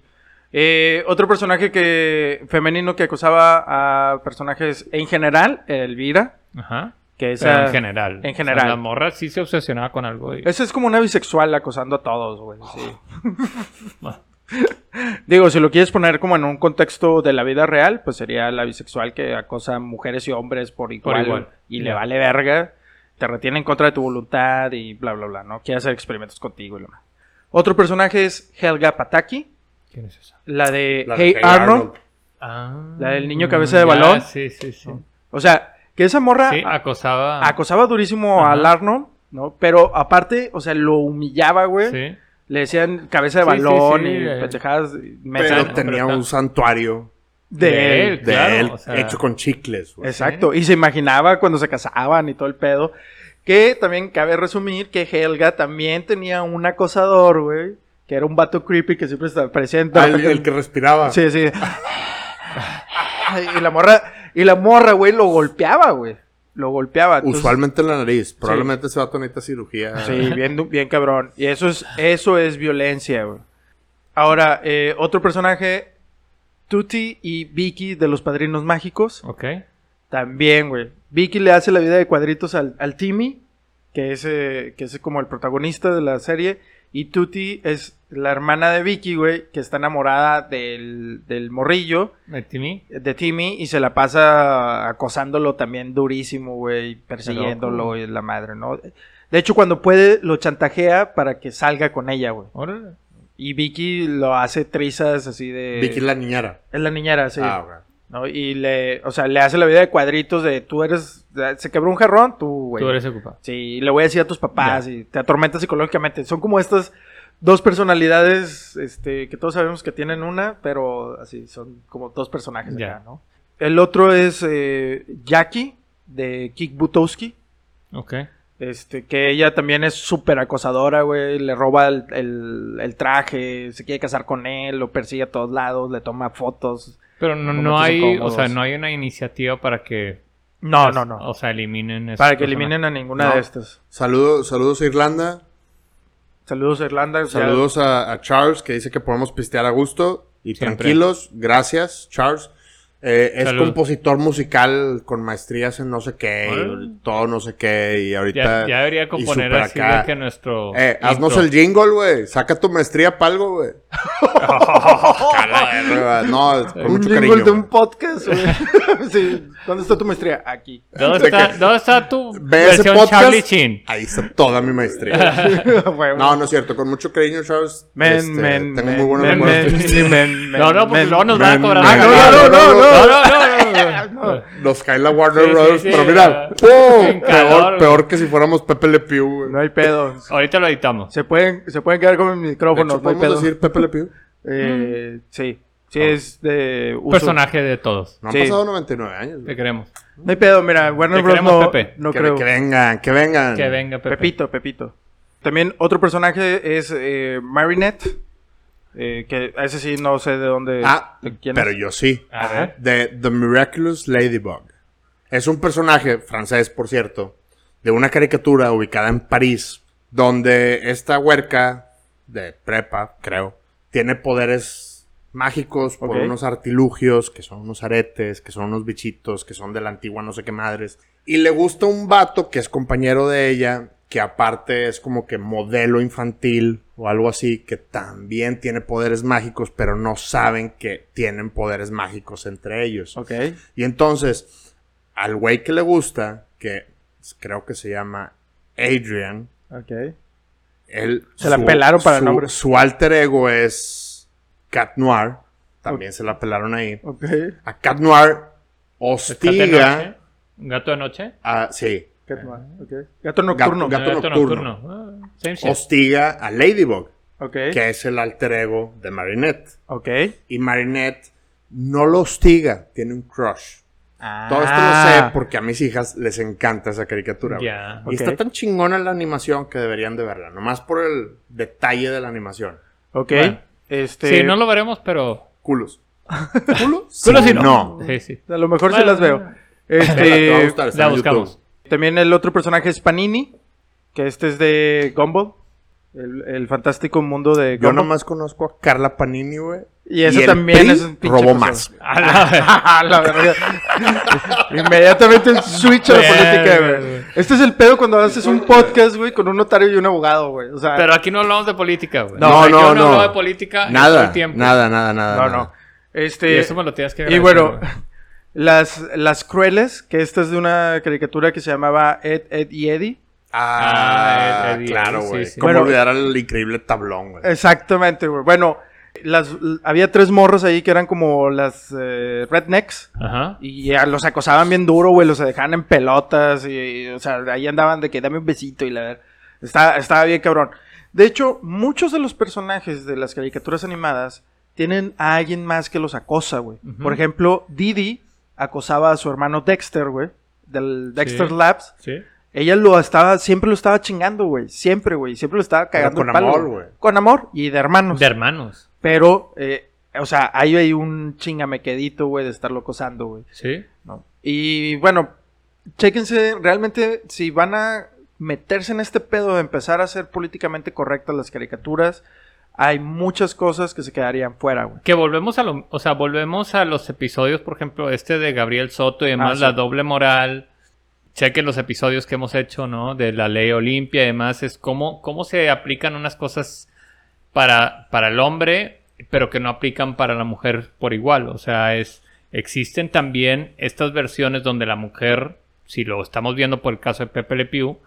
Speaker 1: Eh, otro personaje que femenino que acosaba a personajes en general, Elvira,
Speaker 2: Ajá.
Speaker 1: que
Speaker 2: Pero
Speaker 1: esa...
Speaker 2: en general.
Speaker 1: en
Speaker 2: O sea,
Speaker 1: general.
Speaker 2: la morra sí se obsesionaba con algo. y-
Speaker 1: Esa es como una bisexual acosando a todos, güey. sí. Digo, si lo quieres poner como en un contexto de la vida real, pues sería la bisexual que acosa mujeres y hombres por igual,
Speaker 2: igual.
Speaker 1: y
Speaker 2: Ya.
Speaker 1: le vale verga, te retiene en contra de tu voluntad y bla, bla, bla, ¿no? Quiere hacer experimentos contigo y lo más. Otro personaje es Helga Pataki,
Speaker 2: ¿Quién es esa?
Speaker 1: la de
Speaker 3: La de
Speaker 1: Hey
Speaker 3: Hey
Speaker 1: Arnold.
Speaker 3: Arnold.
Speaker 2: Ah,
Speaker 1: La del niño cabeza de balón.
Speaker 2: Sí, sí, sí.
Speaker 1: O sea, que esa morra
Speaker 2: Sí,
Speaker 1: a-
Speaker 2: acosaba.
Speaker 1: acosaba durísimo
Speaker 2: Ajá.
Speaker 1: al Arno, ¿no? Pero aparte, o sea, lo humillaba, güey.
Speaker 2: Sí.
Speaker 1: Le decían cabeza de
Speaker 2: Sí, sí,
Speaker 1: balón
Speaker 2: sí,
Speaker 1: y
Speaker 2: eh.
Speaker 1: pendejadas.
Speaker 3: Pero
Speaker 1: mensas, ¿no?
Speaker 2: te-
Speaker 3: tenía
Speaker 2: pero
Speaker 3: un santuario
Speaker 1: de él.
Speaker 2: él. pues,
Speaker 3: de
Speaker 2: Claro,
Speaker 3: él
Speaker 2: o sea-
Speaker 3: hecho con chicles. güey.
Speaker 1: Exacto. Y se imaginaba cuando se casaban y todo el pedo. Que también cabe resumir que Helga también tenía un acosador, güey. Que era un vato creepy que siempre estaba presente.
Speaker 3: Ah, el, el que respiraba.
Speaker 1: Sí, sí. y la morra, y la morra, güey, lo golpeaba, güey. Lo golpeaba. Entonces,
Speaker 3: Usualmente en la nariz. Probablemente ese vato necesita cirugía.
Speaker 1: Sí, bien, du- bien cabrón. Y eso es, eso es violencia, güey. Ahora, eh, otro personaje, Tutti y Vicky de los Padrinos Mágicos.
Speaker 2: Ok.
Speaker 1: También, güey. Vicky le hace la vida de cuadritos al, al Timmy, que es, eh, que es como el protagonista de la serie. Y Tutti es la hermana de Vicky, güey, que está enamorada del, del morrillo
Speaker 2: ¿De Timmy?
Speaker 1: de Timmy y se la pasa acosándolo también durísimo, güey, persiguiéndolo y la madre, ¿no? De hecho, cuando puede, lo chantajea para que salga con ella, güey.
Speaker 2: Órale.
Speaker 1: Y Vicky lo hace trizas así de...
Speaker 3: Vicky la niñera.
Speaker 1: Es la niñera, sí.
Speaker 3: Ah, güey.
Speaker 1: ¿no? Y le, o sea, le hace la vida de cuadritos de tú eres... Se quebró un jarrón, tú, güey.
Speaker 2: Tú eres ocupado.
Speaker 1: Sí, y le voy a decir a tus papás y te atormenta psicológicamente. Son como estas dos personalidades este, que todos sabemos que tienen una, pero así son como dos personajes
Speaker 2: Ya.
Speaker 1: acá, ¿no? El otro es eh, Jackie de Kik Butowski.
Speaker 2: Ok.
Speaker 1: Este, que ella también es súper acosadora, güey. Le roba el, el- el traje, se quiere casar con él, lo persigue a todos lados, le toma fotos.
Speaker 2: Pero no,
Speaker 1: Momentos
Speaker 2: no hay, o
Speaker 1: incómodos.
Speaker 2: sea, no hay una iniciativa para que...
Speaker 1: No, no, no.
Speaker 2: O sea, eliminen esos
Speaker 1: Para que
Speaker 2: personajes.
Speaker 1: eliminen a ninguna
Speaker 3: No.
Speaker 1: de estas.
Speaker 3: Saludo- saludos a Irlanda.
Speaker 1: Saludos a Irlanda. ya-
Speaker 3: Saludos a, a Charles, que dice que podemos pistear a gusto y
Speaker 2: Siempre.
Speaker 3: tranquilos. Gracias, Charles. Eh, es
Speaker 2: Salud.
Speaker 3: compositor musical con maestrías en no sé qué,
Speaker 2: Órale.
Speaker 3: y todo no sé qué, y ahorita...
Speaker 2: Ya, ya debería componer
Speaker 3: súper
Speaker 2: así
Speaker 3: acá.
Speaker 2: de que nuestro...
Speaker 3: Eh, haznos
Speaker 2: intro.
Speaker 3: el jingle, güey. Saca tu maestría para algo, güey. Cala, güey. no, es con
Speaker 1: un
Speaker 3: mucho
Speaker 1: jingle
Speaker 3: cariño.
Speaker 1: de
Speaker 3: güey.
Speaker 1: un podcast, güey. Sí, ¿Dónde está tu maestría? Aquí.
Speaker 2: ¿Dónde
Speaker 3: de
Speaker 2: está,
Speaker 3: que-
Speaker 2: ¿Dónde está tu
Speaker 3: Ve ese
Speaker 2: versión Charlie
Speaker 3: podcast.
Speaker 2: Chin?
Speaker 3: Ahí está toda mi maestría.
Speaker 1: Huevo.
Speaker 3: no, no es cierto. Con mucho cariño, Charles.
Speaker 1: Men,
Speaker 3: Este,
Speaker 1: men,
Speaker 3: tengo
Speaker 1: men,
Speaker 3: muy buenos
Speaker 1: men,
Speaker 3: recuerdos.
Speaker 1: men, sí, men, men,
Speaker 2: No, no, porque
Speaker 1: men.
Speaker 2: luego nos van a
Speaker 3: men,
Speaker 2: cobrar.
Speaker 1: Ah,
Speaker 3: men.
Speaker 1: no, no, no, no, no.
Speaker 2: no.
Speaker 3: Los cae la Warner
Speaker 2: Sí, sí,
Speaker 3: Brothers,
Speaker 2: sí,
Speaker 3: pero mira,
Speaker 2: ah,
Speaker 3: ¡pum!
Speaker 2: sin calor,
Speaker 3: peor,
Speaker 2: güey.
Speaker 3: peor que si fuéramos Pepe Le Pew, güey.
Speaker 1: No hay pedo.
Speaker 2: Ahorita lo editamos.
Speaker 1: Se pueden, se pueden quedar con mi
Speaker 3: De
Speaker 1: micrófono,
Speaker 3: hecho,
Speaker 1: no hay
Speaker 3: ¿Podemos
Speaker 1: pedo.
Speaker 3: decir Ah. Pepe Le Pew?
Speaker 1: Eh, sí, sí es de uso.
Speaker 2: Personaje de todos.
Speaker 3: No
Speaker 1: Sí.
Speaker 3: han pasado 99 años.
Speaker 2: Te
Speaker 3: güey.
Speaker 2: queremos.
Speaker 1: No hay pedo, mira, Warner
Speaker 2: Te
Speaker 1: Bros.
Speaker 2: queremos,
Speaker 1: no,
Speaker 2: Pepe.
Speaker 1: no
Speaker 3: que,
Speaker 1: creo.
Speaker 3: que vengan, que vengan.
Speaker 2: Que venga Pepe.
Speaker 1: Pepito, Pepito. También otro personaje es eh, Marinette. eh, que a ese sí no sé de dónde.
Speaker 3: Ah,
Speaker 1: de quién
Speaker 3: pero
Speaker 1: es.
Speaker 3: yo sí.
Speaker 2: A ver.
Speaker 3: De The Miraculous Ladybug. Es un personaje francés, por cierto, de una caricatura ubicada en París, donde esta huerca de prepa, creo, tiene poderes mágicos por
Speaker 1: Ok.
Speaker 3: unos artilugios, que son unos aretes, que son unos bichitos, que son de la antigua no sé qué madres. Y le gusta un vato que es compañero de ella, que aparte es como que modelo infantil o algo así, que también tiene poderes mágicos, pero no saben que tienen poderes mágicos entre ellos.
Speaker 1: Ok.
Speaker 3: Y entonces, al güey que le gusta, que creo que se llama Adrian,
Speaker 1: Ok.
Speaker 3: él...
Speaker 1: Se la pelaron para el
Speaker 3: su-
Speaker 1: nombre.
Speaker 3: Su alter ego es Cat Noir. También se la pelaron ahí.
Speaker 1: Ok.
Speaker 3: A Cat
Speaker 2: ¿Gato
Speaker 3: Noir
Speaker 2: de noche?
Speaker 3: hostiga...
Speaker 2: ¿Gato de noche?
Speaker 3: a- sí.
Speaker 1: Cat Noir, ok. Gato nocturno.
Speaker 3: Gato nocturno.
Speaker 2: nocturno. Ah, same shit.
Speaker 3: Hostiga a Ladybug,
Speaker 1: ok.
Speaker 3: que es el alter ego de Marinette.
Speaker 1: Ok.
Speaker 3: Y Marinette no lo hostiga, tiene un crush.
Speaker 2: Ah,
Speaker 3: Todo esto lo
Speaker 1: Ah.
Speaker 3: sé porque a mis hijas les encanta esa caricatura. güey.
Speaker 2: Ya.
Speaker 3: Y está
Speaker 1: Ok.
Speaker 3: tan chingona la animación que deberían de verla, nomás por el detalle de la animación.
Speaker 1: Ok.
Speaker 2: Bueno.
Speaker 1: Este,
Speaker 2: Sí, no lo veremos, pero...
Speaker 3: Culos. ¿Culo?
Speaker 2: Culo sí,
Speaker 3: no.
Speaker 2: Sí, sí.
Speaker 1: A lo mejor se
Speaker 2: Bueno.
Speaker 1: las veo.
Speaker 3: Vela, te va a
Speaker 1: Este,
Speaker 3: gustar, está
Speaker 2: la
Speaker 3: en YouTube.
Speaker 2: buscamos.
Speaker 1: también el otro personaje es Panini, que este es de Gumball, el, el fantástico mundo de
Speaker 3: Yo
Speaker 1: Gumball.
Speaker 3: nomás conozco a Carla Panini, güey,
Speaker 1: Y eso
Speaker 3: el
Speaker 1: también
Speaker 3: PRI
Speaker 1: es un pinche
Speaker 3: robó
Speaker 1: cosa.
Speaker 3: más.
Speaker 2: A la-
Speaker 1: Ah, la verga. Inmediatamente el switch a la
Speaker 2: Bien,
Speaker 1: política,
Speaker 2: bien,
Speaker 1: güey.
Speaker 2: bien.
Speaker 1: Este es el pedo cuando haces un podcast, güey, con un notario y un abogado, güey. O sea,
Speaker 2: Pero aquí no hablamos de política, güey.
Speaker 3: No,
Speaker 2: O sea,
Speaker 3: no,
Speaker 2: yo no,
Speaker 3: no.
Speaker 2: hablo de
Speaker 1: Ah,
Speaker 2: política en todo
Speaker 3: Nada,
Speaker 2: el tiempo.
Speaker 3: nada, nada, nada.
Speaker 1: no,
Speaker 3: nada.
Speaker 1: no.
Speaker 2: Y
Speaker 1: Este,
Speaker 2: eso me lo tienes que
Speaker 1: Y
Speaker 2: agradecer,
Speaker 1: bueno,
Speaker 2: güey.
Speaker 1: las, las crueles, que esta es de una caricatura que se llamaba Ed, Ed y Eddie.
Speaker 2: Ah,
Speaker 3: Ah,
Speaker 2: el- el-
Speaker 3: claro,
Speaker 2: sí,
Speaker 3: güey.
Speaker 2: sí.
Speaker 3: ¿Cómo
Speaker 1: Bueno-
Speaker 3: olvidar el increíble tablón, güey?
Speaker 1: Exactamente, güey. Bueno, las, l- había tres morros ahí que eran como las eh, rednecks.
Speaker 2: Ajá.
Speaker 1: Y ya los acosaban bien duro, güey. Los dejaban en pelotas. Y, y, o sea, ahí andaban de que dame un besito y la ver. Estaba, estaba bien cabrón. De hecho, muchos de los personajes de las caricaturas animadas tienen a alguien más que los acosa, güey.
Speaker 2: Ujú.
Speaker 1: Por ejemplo, Didi acosaba a su hermano Dexter, güey. Del Dexter
Speaker 2: Sí.
Speaker 1: Labs.
Speaker 2: Sí.
Speaker 1: Ella lo estaba, siempre lo estaba chingando, güey. Siempre, güey. Siempre lo estaba
Speaker 3: Pero
Speaker 1: cagando.
Speaker 3: con
Speaker 1: en palo,
Speaker 3: amor, güey.
Speaker 1: Con amor y de hermanos.
Speaker 2: De hermanos.
Speaker 1: Pero, eh, o sea, ahí hay un chingamequedito, güey, de estarlo acosando, güey.
Speaker 2: Sí.
Speaker 1: ¿no? Y bueno, chéquense, realmente, si van a meterse en este pedo de empezar a ser políticamente correctas las caricaturas, hay muchas cosas que se quedarían fuera, güey.
Speaker 2: Que volvemos a lo, o sea, volvemos a los episodios, por ejemplo, este de Gabriel Soto y demás,
Speaker 1: Ah, sí.
Speaker 2: la doble moral. Chequen los episodios que hemos hecho, ¿no? De la ley Olimpia y demás, es cómo, cómo se aplican unas cosas para, para el hombre, pero que no aplican para la mujer por igual. O sea, es. Existen también estas versiones donde la mujer, si lo estamos viendo por el caso de Pepe Le Pew,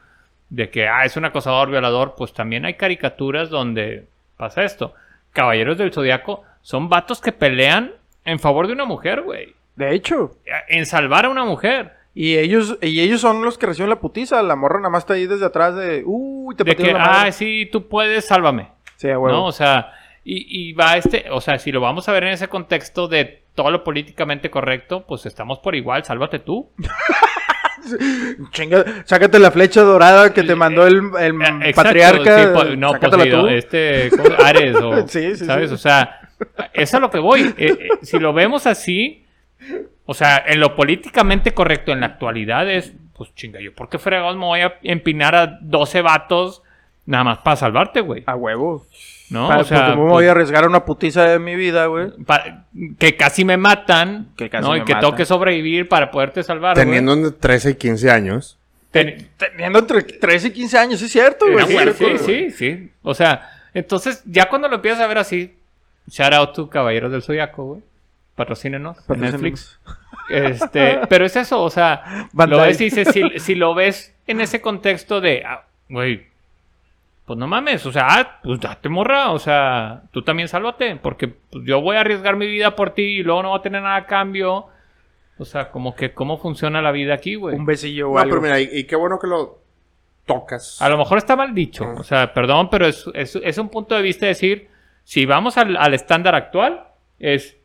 Speaker 2: de que ah, es un acosador, violador, pues también hay caricaturas donde pasa esto. Caballeros del Zodiaco son vatos que pelean en favor de una mujer, güey.
Speaker 1: De hecho.
Speaker 2: En salvar a una mujer.
Speaker 1: Y ellos, y ellos son los que reciben la putiza. La morra nada más está ahí desde atrás de, uy, te
Speaker 2: De
Speaker 1: pateo
Speaker 2: que,
Speaker 1: la madre".
Speaker 2: ah, sí, tú puedes, sálvame.
Speaker 1: Sí, a huevo.
Speaker 2: ¿No? O sea, y, y va este, o sea, si lo vamos a ver en ese contexto de todo lo políticamente correcto, pues estamos por igual, sálvate tú.
Speaker 1: Chinga, sácate la flecha dorada que te mandó el, el
Speaker 2: Eh, exacto,
Speaker 1: Mm, patriarca.
Speaker 2: sí, po- no,
Speaker 1: sácatela
Speaker 2: Poseidón,
Speaker 1: tú.
Speaker 2: este ¿cómo? Ares o
Speaker 1: Sí, sí,
Speaker 2: sabes,
Speaker 1: sí.
Speaker 2: o sea, es a lo que voy. Eh, eh, si lo vemos así, o sea, en lo políticamente correcto en la actualidad es pues chinga, yo por qué fregados me voy a empinar a 12 vatos nada más para salvarte, güey,
Speaker 1: A huevo.
Speaker 2: ¿no?
Speaker 1: Pa-
Speaker 2: o sea,
Speaker 1: porque me
Speaker 2: pues,
Speaker 1: voy a arriesgar a una putiza de mi vida, güey.
Speaker 2: pa- que casi me matan,
Speaker 1: Que casi
Speaker 2: ¿no?
Speaker 1: me
Speaker 2: y que
Speaker 1: matan.
Speaker 2: tengo que sobrevivir para poderte salvar, güey.
Speaker 3: Teniendo entre 13 y 15 años.
Speaker 2: Ten-
Speaker 1: Teniendo entre 13 y 15 años, sí es cierto, güey.
Speaker 2: Era
Speaker 1: sí,
Speaker 2: huerco,
Speaker 1: es cierto, güey.
Speaker 2: sí, sí, sí. O sea, entonces, ya cuando lo empiezas a ver así, shout out to Caballeros del Zodiaco, güey. Patrocínenos en
Speaker 1: Patrocínenos.
Speaker 2: Netflix. Este, pero es eso, o sea,
Speaker 1: Bandai.
Speaker 2: lo ves y dices, si, si lo ves en ese contexto de, ah, güey, pues no mames, o sea, ah, pues date morra, o sea, tú también sálvate, porque pues, yo voy a arriesgar mi vida por ti y luego no va a tener nada a cambio. O sea, como que cómo funciona la vida aquí, güey.
Speaker 1: Un besillo o
Speaker 3: No,
Speaker 1: algo.
Speaker 3: pero mira, y, y qué bueno que lo tocas.
Speaker 2: A lo mejor está mal dicho.
Speaker 3: Ah.
Speaker 2: O sea, perdón, pero es, es- es un punto de vista de decir, si vamos al, al estándar actual, es,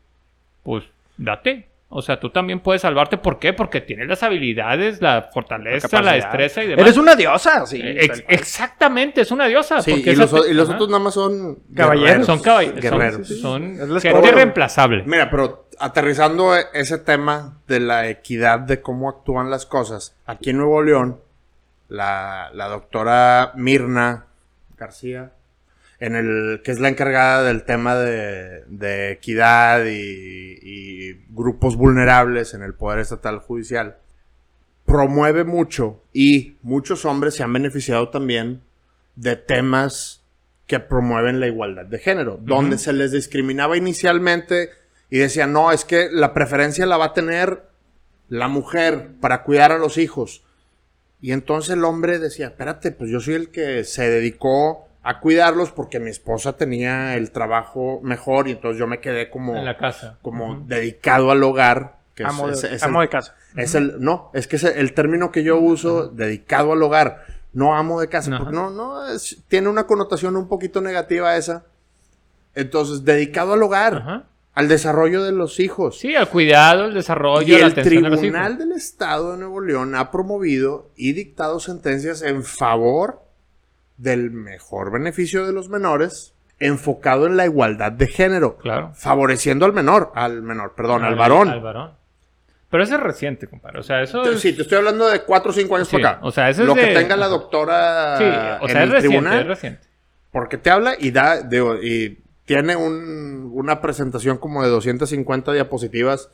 Speaker 2: pues, date. O sea, tú también puedes salvarte. ¿Por qué? Porque tienes las habilidades, la fortaleza, la,
Speaker 1: capacidad.
Speaker 2: destreza y demás.
Speaker 1: Eres una diosa, sí.
Speaker 2: Eh,
Speaker 1: tal
Speaker 2: ex-
Speaker 1: cual.
Speaker 2: exactamente, es una diosa.
Speaker 3: Sí,
Speaker 2: porque
Speaker 3: y
Speaker 2: esa
Speaker 3: los, o-
Speaker 2: te-
Speaker 3: y los
Speaker 2: Ajá.
Speaker 3: otros nada más son...
Speaker 1: Caballeros.
Speaker 2: son caballeros.
Speaker 3: Guerreros.
Speaker 2: Son,
Speaker 1: Es la
Speaker 2: gente
Speaker 1: escoria.
Speaker 2: reemplazable.
Speaker 3: Mira, pero aterrizando e- ese tema de la equidad de cómo actúan las cosas, aquí en Nuevo León, la, la doctora Mirna García, en el, que es la encargada del tema de, de equidad y, y grupos vulnerables en el Poder Estatal Judicial, promueve mucho y muchos hombres se han beneficiado también de temas que promueven la igualdad de género, donde se les discriminaba inicialmente y decían, no, es que la preferencia la va a tener la mujer para cuidar a los hijos. Y entonces el hombre decía, espérate, pues yo soy el que se dedicó a cuidarlos porque mi esposa tenía el trabajo mejor y entonces yo me quedé como,
Speaker 2: En la casa.
Speaker 3: como dedicado al hogar. Que es-
Speaker 1: Amo, de,
Speaker 3: es- es
Speaker 1: amo
Speaker 3: el-
Speaker 1: de casa.
Speaker 3: es el, no, es que es el término que yo uso dedicado al hogar, no amo de casa.
Speaker 2: Ajá.
Speaker 3: porque No, no, es- tiene una connotación un poquito negativa esa. Entonces, dedicado al hogar,
Speaker 2: Ajá.
Speaker 3: al desarrollo de los hijos.
Speaker 2: Sí, al cuidado, el desarrollo,
Speaker 3: y
Speaker 2: la
Speaker 3: el
Speaker 2: atención de los
Speaker 3: Tribunal
Speaker 2: hijos.
Speaker 3: del Estado de Nuevo León ha promovido y dictado sentencias en favor del mejor beneficio de los menores, enfocado en la igualdad de género,
Speaker 2: Claro.
Speaker 3: favoreciendo al menor, al menor, perdón, al,
Speaker 2: Al-
Speaker 3: varón.
Speaker 2: Al varón. Pero eso es reciente, compadre. O sea, eso
Speaker 3: Te-
Speaker 2: es...
Speaker 3: Sí, te estoy hablando de 4 o 5 años
Speaker 2: Sí,
Speaker 3: para acá.
Speaker 2: o sea, eso es
Speaker 3: Lo
Speaker 2: de-
Speaker 3: que tenga la doctora
Speaker 2: Sí, o
Speaker 3: en
Speaker 2: sea,
Speaker 3: el
Speaker 2: es reciente,
Speaker 3: tribunal,
Speaker 2: es reciente.
Speaker 3: porque te habla y da, digo, y tiene un- una presentación como de 250 diapositivas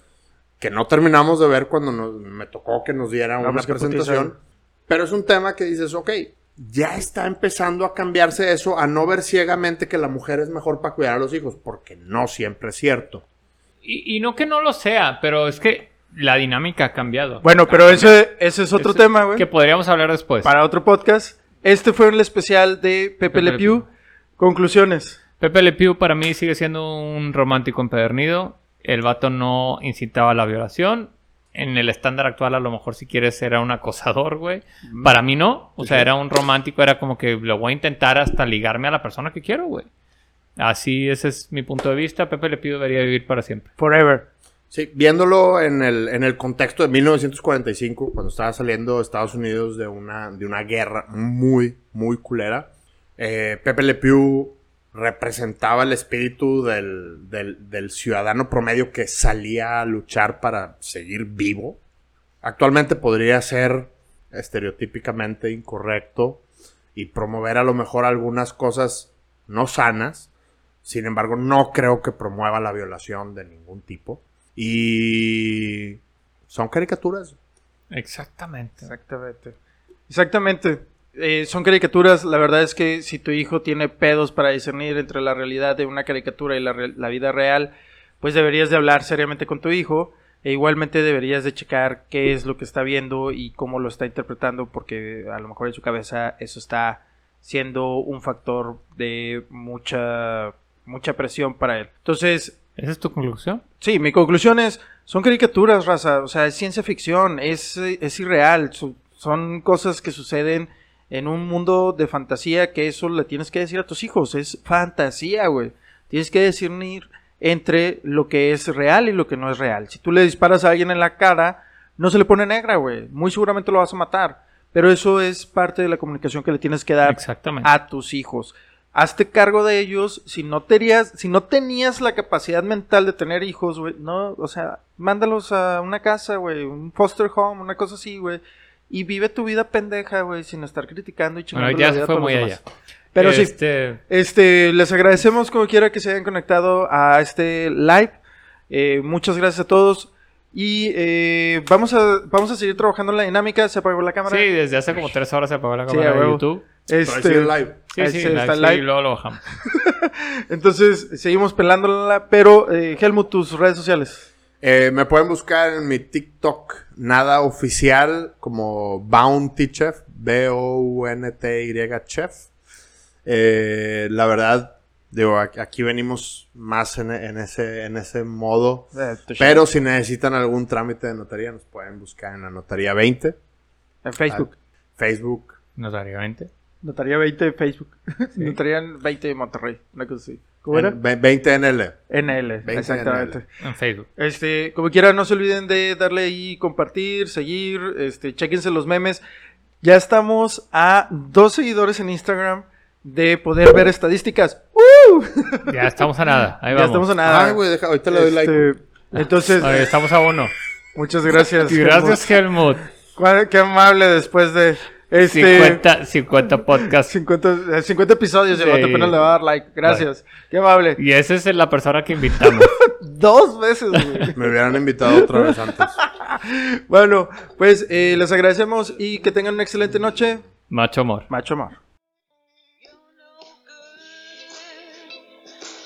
Speaker 3: que no terminamos de ver cuando nos, me tocó que nos diera
Speaker 1: No,
Speaker 3: una
Speaker 1: pues, qué
Speaker 3: presentación.
Speaker 1: putiza.
Speaker 3: Pero es un tema que dices, ok, ya está empezando a cambiarse eso, a no ver ciegamente que la mujer es mejor para cuidar a los hijos, porque no siempre es cierto.
Speaker 2: Y, y no que no lo sea, pero es que la dinámica ha cambiado.
Speaker 1: Bueno, pero ese, ese es otro
Speaker 2: Ese-
Speaker 1: tema, güey.
Speaker 2: Que podríamos hablar después.
Speaker 1: Para otro podcast. Este fue el especial de Pepe
Speaker 2: Pepe
Speaker 1: Le
Speaker 2: Le
Speaker 1: Pew. Conclusiones.
Speaker 2: Pepe Le Pew para mí sigue siendo un romántico empedernido. El vato no incitaba a la violación. En el estándar actual, a lo mejor, si quieres, era un acosador, güey. Para mí no. O sea, era un romántico. Era como que lo voy a intentar hasta ligarme a la persona que quiero, güey. Así, ese es mi punto de vista. Pepe Le Pew debería vivir para siempre.
Speaker 1: Forever.
Speaker 3: Sí, viéndolo en el, en el contexto de 1945, cuando estaba saliendo Estados Unidos de una, de una guerra muy, muy culera, eh, Pepe Le Pew representaba el espíritu del, del- del ciudadano promedio que salía a luchar para seguir vivo. Actualmente podría ser estereotípicamente incorrecto y promover a lo mejor algunas cosas no sanas. Sin embargo, no creo que promueva la violación de ningún tipo. Y son caricaturas.
Speaker 2: Exactamente.
Speaker 1: Exactamente. Exactamente. Eh, son caricaturas. La verdad es que si tu hijo tiene pedos para discernir entre la realidad de una caricatura y la, re- la vida real, pues deberías de hablar seriamente con tu hijo. E igualmente deberías de checar qué es lo que está viendo y cómo lo está interpretando, porque a lo mejor en su cabeza eso está siendo un factor de mucha, mucha presión para él. Entonces,
Speaker 2: ¿Esa es tu conclusión?
Speaker 1: Sí, mi conclusión es, son caricaturas, raza, o sea, es ciencia ficción, es, eh, es irreal, su- son cosas que suceden en un mundo de fantasía que eso le tienes que decir a tus hijos, es fantasía, güey. Tienes que discernir entre lo que es real y lo que no es real. Si tú le disparas a alguien en la cara, no se le pone negra, güey, muy seguramente lo vas a matar, pero eso es parte de la comunicación que le tienes
Speaker 2: Ah,
Speaker 1: que dar
Speaker 2: Exactamente.
Speaker 1: a tus hijos. Hazte cargo de ellos. Si no tenías, si no tenías la capacidad mental de tener hijos, güey, no, o sea, mándalos a una casa, güey, un foster home, una cosa así, güey. Y vive tu vida pendeja, güey, sin estar criticando y chingando
Speaker 2: bueno, ya
Speaker 1: la vida
Speaker 2: se
Speaker 1: a
Speaker 2: fue
Speaker 1: todos los
Speaker 2: muy allá.
Speaker 1: demás. Pero sí,
Speaker 2: Este,
Speaker 1: este, les agradecemos como quiera que se hayan conectado a este live. Eh, muchas gracias a todos. Y eh, vamos, a, vamos a seguir trabajando en la dinámica. Se apagó la cámara.
Speaker 2: Sí, desde hace como tres horas se apagó la
Speaker 1: Sí,
Speaker 2: cámara
Speaker 1: a
Speaker 2: de
Speaker 1: huevo.
Speaker 2: YouTube.
Speaker 3: Pero ahí
Speaker 1: Este,
Speaker 3: sigue el live.
Speaker 2: Sí,
Speaker 1: Ahí
Speaker 2: sí,
Speaker 1: se
Speaker 2: la-
Speaker 1: está
Speaker 2: sí,
Speaker 1: live.
Speaker 2: luego lo bajamos.
Speaker 1: Entonces, seguimos pelándola, pero eh, Helmut, tus redes sociales.
Speaker 3: Eh, me pueden buscar en mi TikTok, nada oficial, como Bounty Chef, B-O-U-N-T-Y Chef. Eh, la verdad, digo, a- aquí venimos más en, en ese, en ese modo.
Speaker 1: Eh, tu show.
Speaker 3: Pero si necesitan algún trámite de notaría, nos pueden buscar en la Notaría 20,
Speaker 1: En Facebook.
Speaker 3: Facebook.
Speaker 2: Notariamente.
Speaker 1: Ah. Notaría 20 de Facebook. Notaría 20 de Monterrey. Una cosa así. ¿Cómo
Speaker 3: en-
Speaker 1: era?
Speaker 3: ve- 20 NL.
Speaker 1: NL.
Speaker 3: 20
Speaker 1: exactamente.
Speaker 2: En Facebook.
Speaker 1: Este, como quiera, no se olviden de darle ahí, compartir, seguir, este, chequense los memes. Ya estamos a dos seguidores en Instagram de poder ver estadísticas.
Speaker 2: Ya estamos a nada. Ahí
Speaker 1: ya
Speaker 2: vamos.
Speaker 1: estamos a nada.
Speaker 3: Ah, güey, deja, ahorita le doy like.
Speaker 1: Este, Entonces,
Speaker 2: A ver, estamos a uno.
Speaker 1: muchas gracias.
Speaker 2: Y gracias, Helmut.
Speaker 1: Helmut. Cuá- Qué amable después de este
Speaker 2: 50, 50 podcasts.
Speaker 1: 50, eh, 50 episodios y el
Speaker 2: Sí.
Speaker 1: vato apenas le va a dar like. Gracias. Qué amable.
Speaker 2: Y esa es la persona que invitamos.
Speaker 1: Dos veces, güey.
Speaker 3: Me hubieran invitado otra vez antes.
Speaker 1: bueno, pues eh, les agradecemos y que tengan una excelente noche.
Speaker 2: Macho amor.
Speaker 1: Macho amor.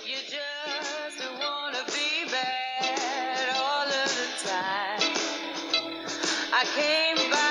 Speaker 6: You just don't wanna be bad all of the time. I came by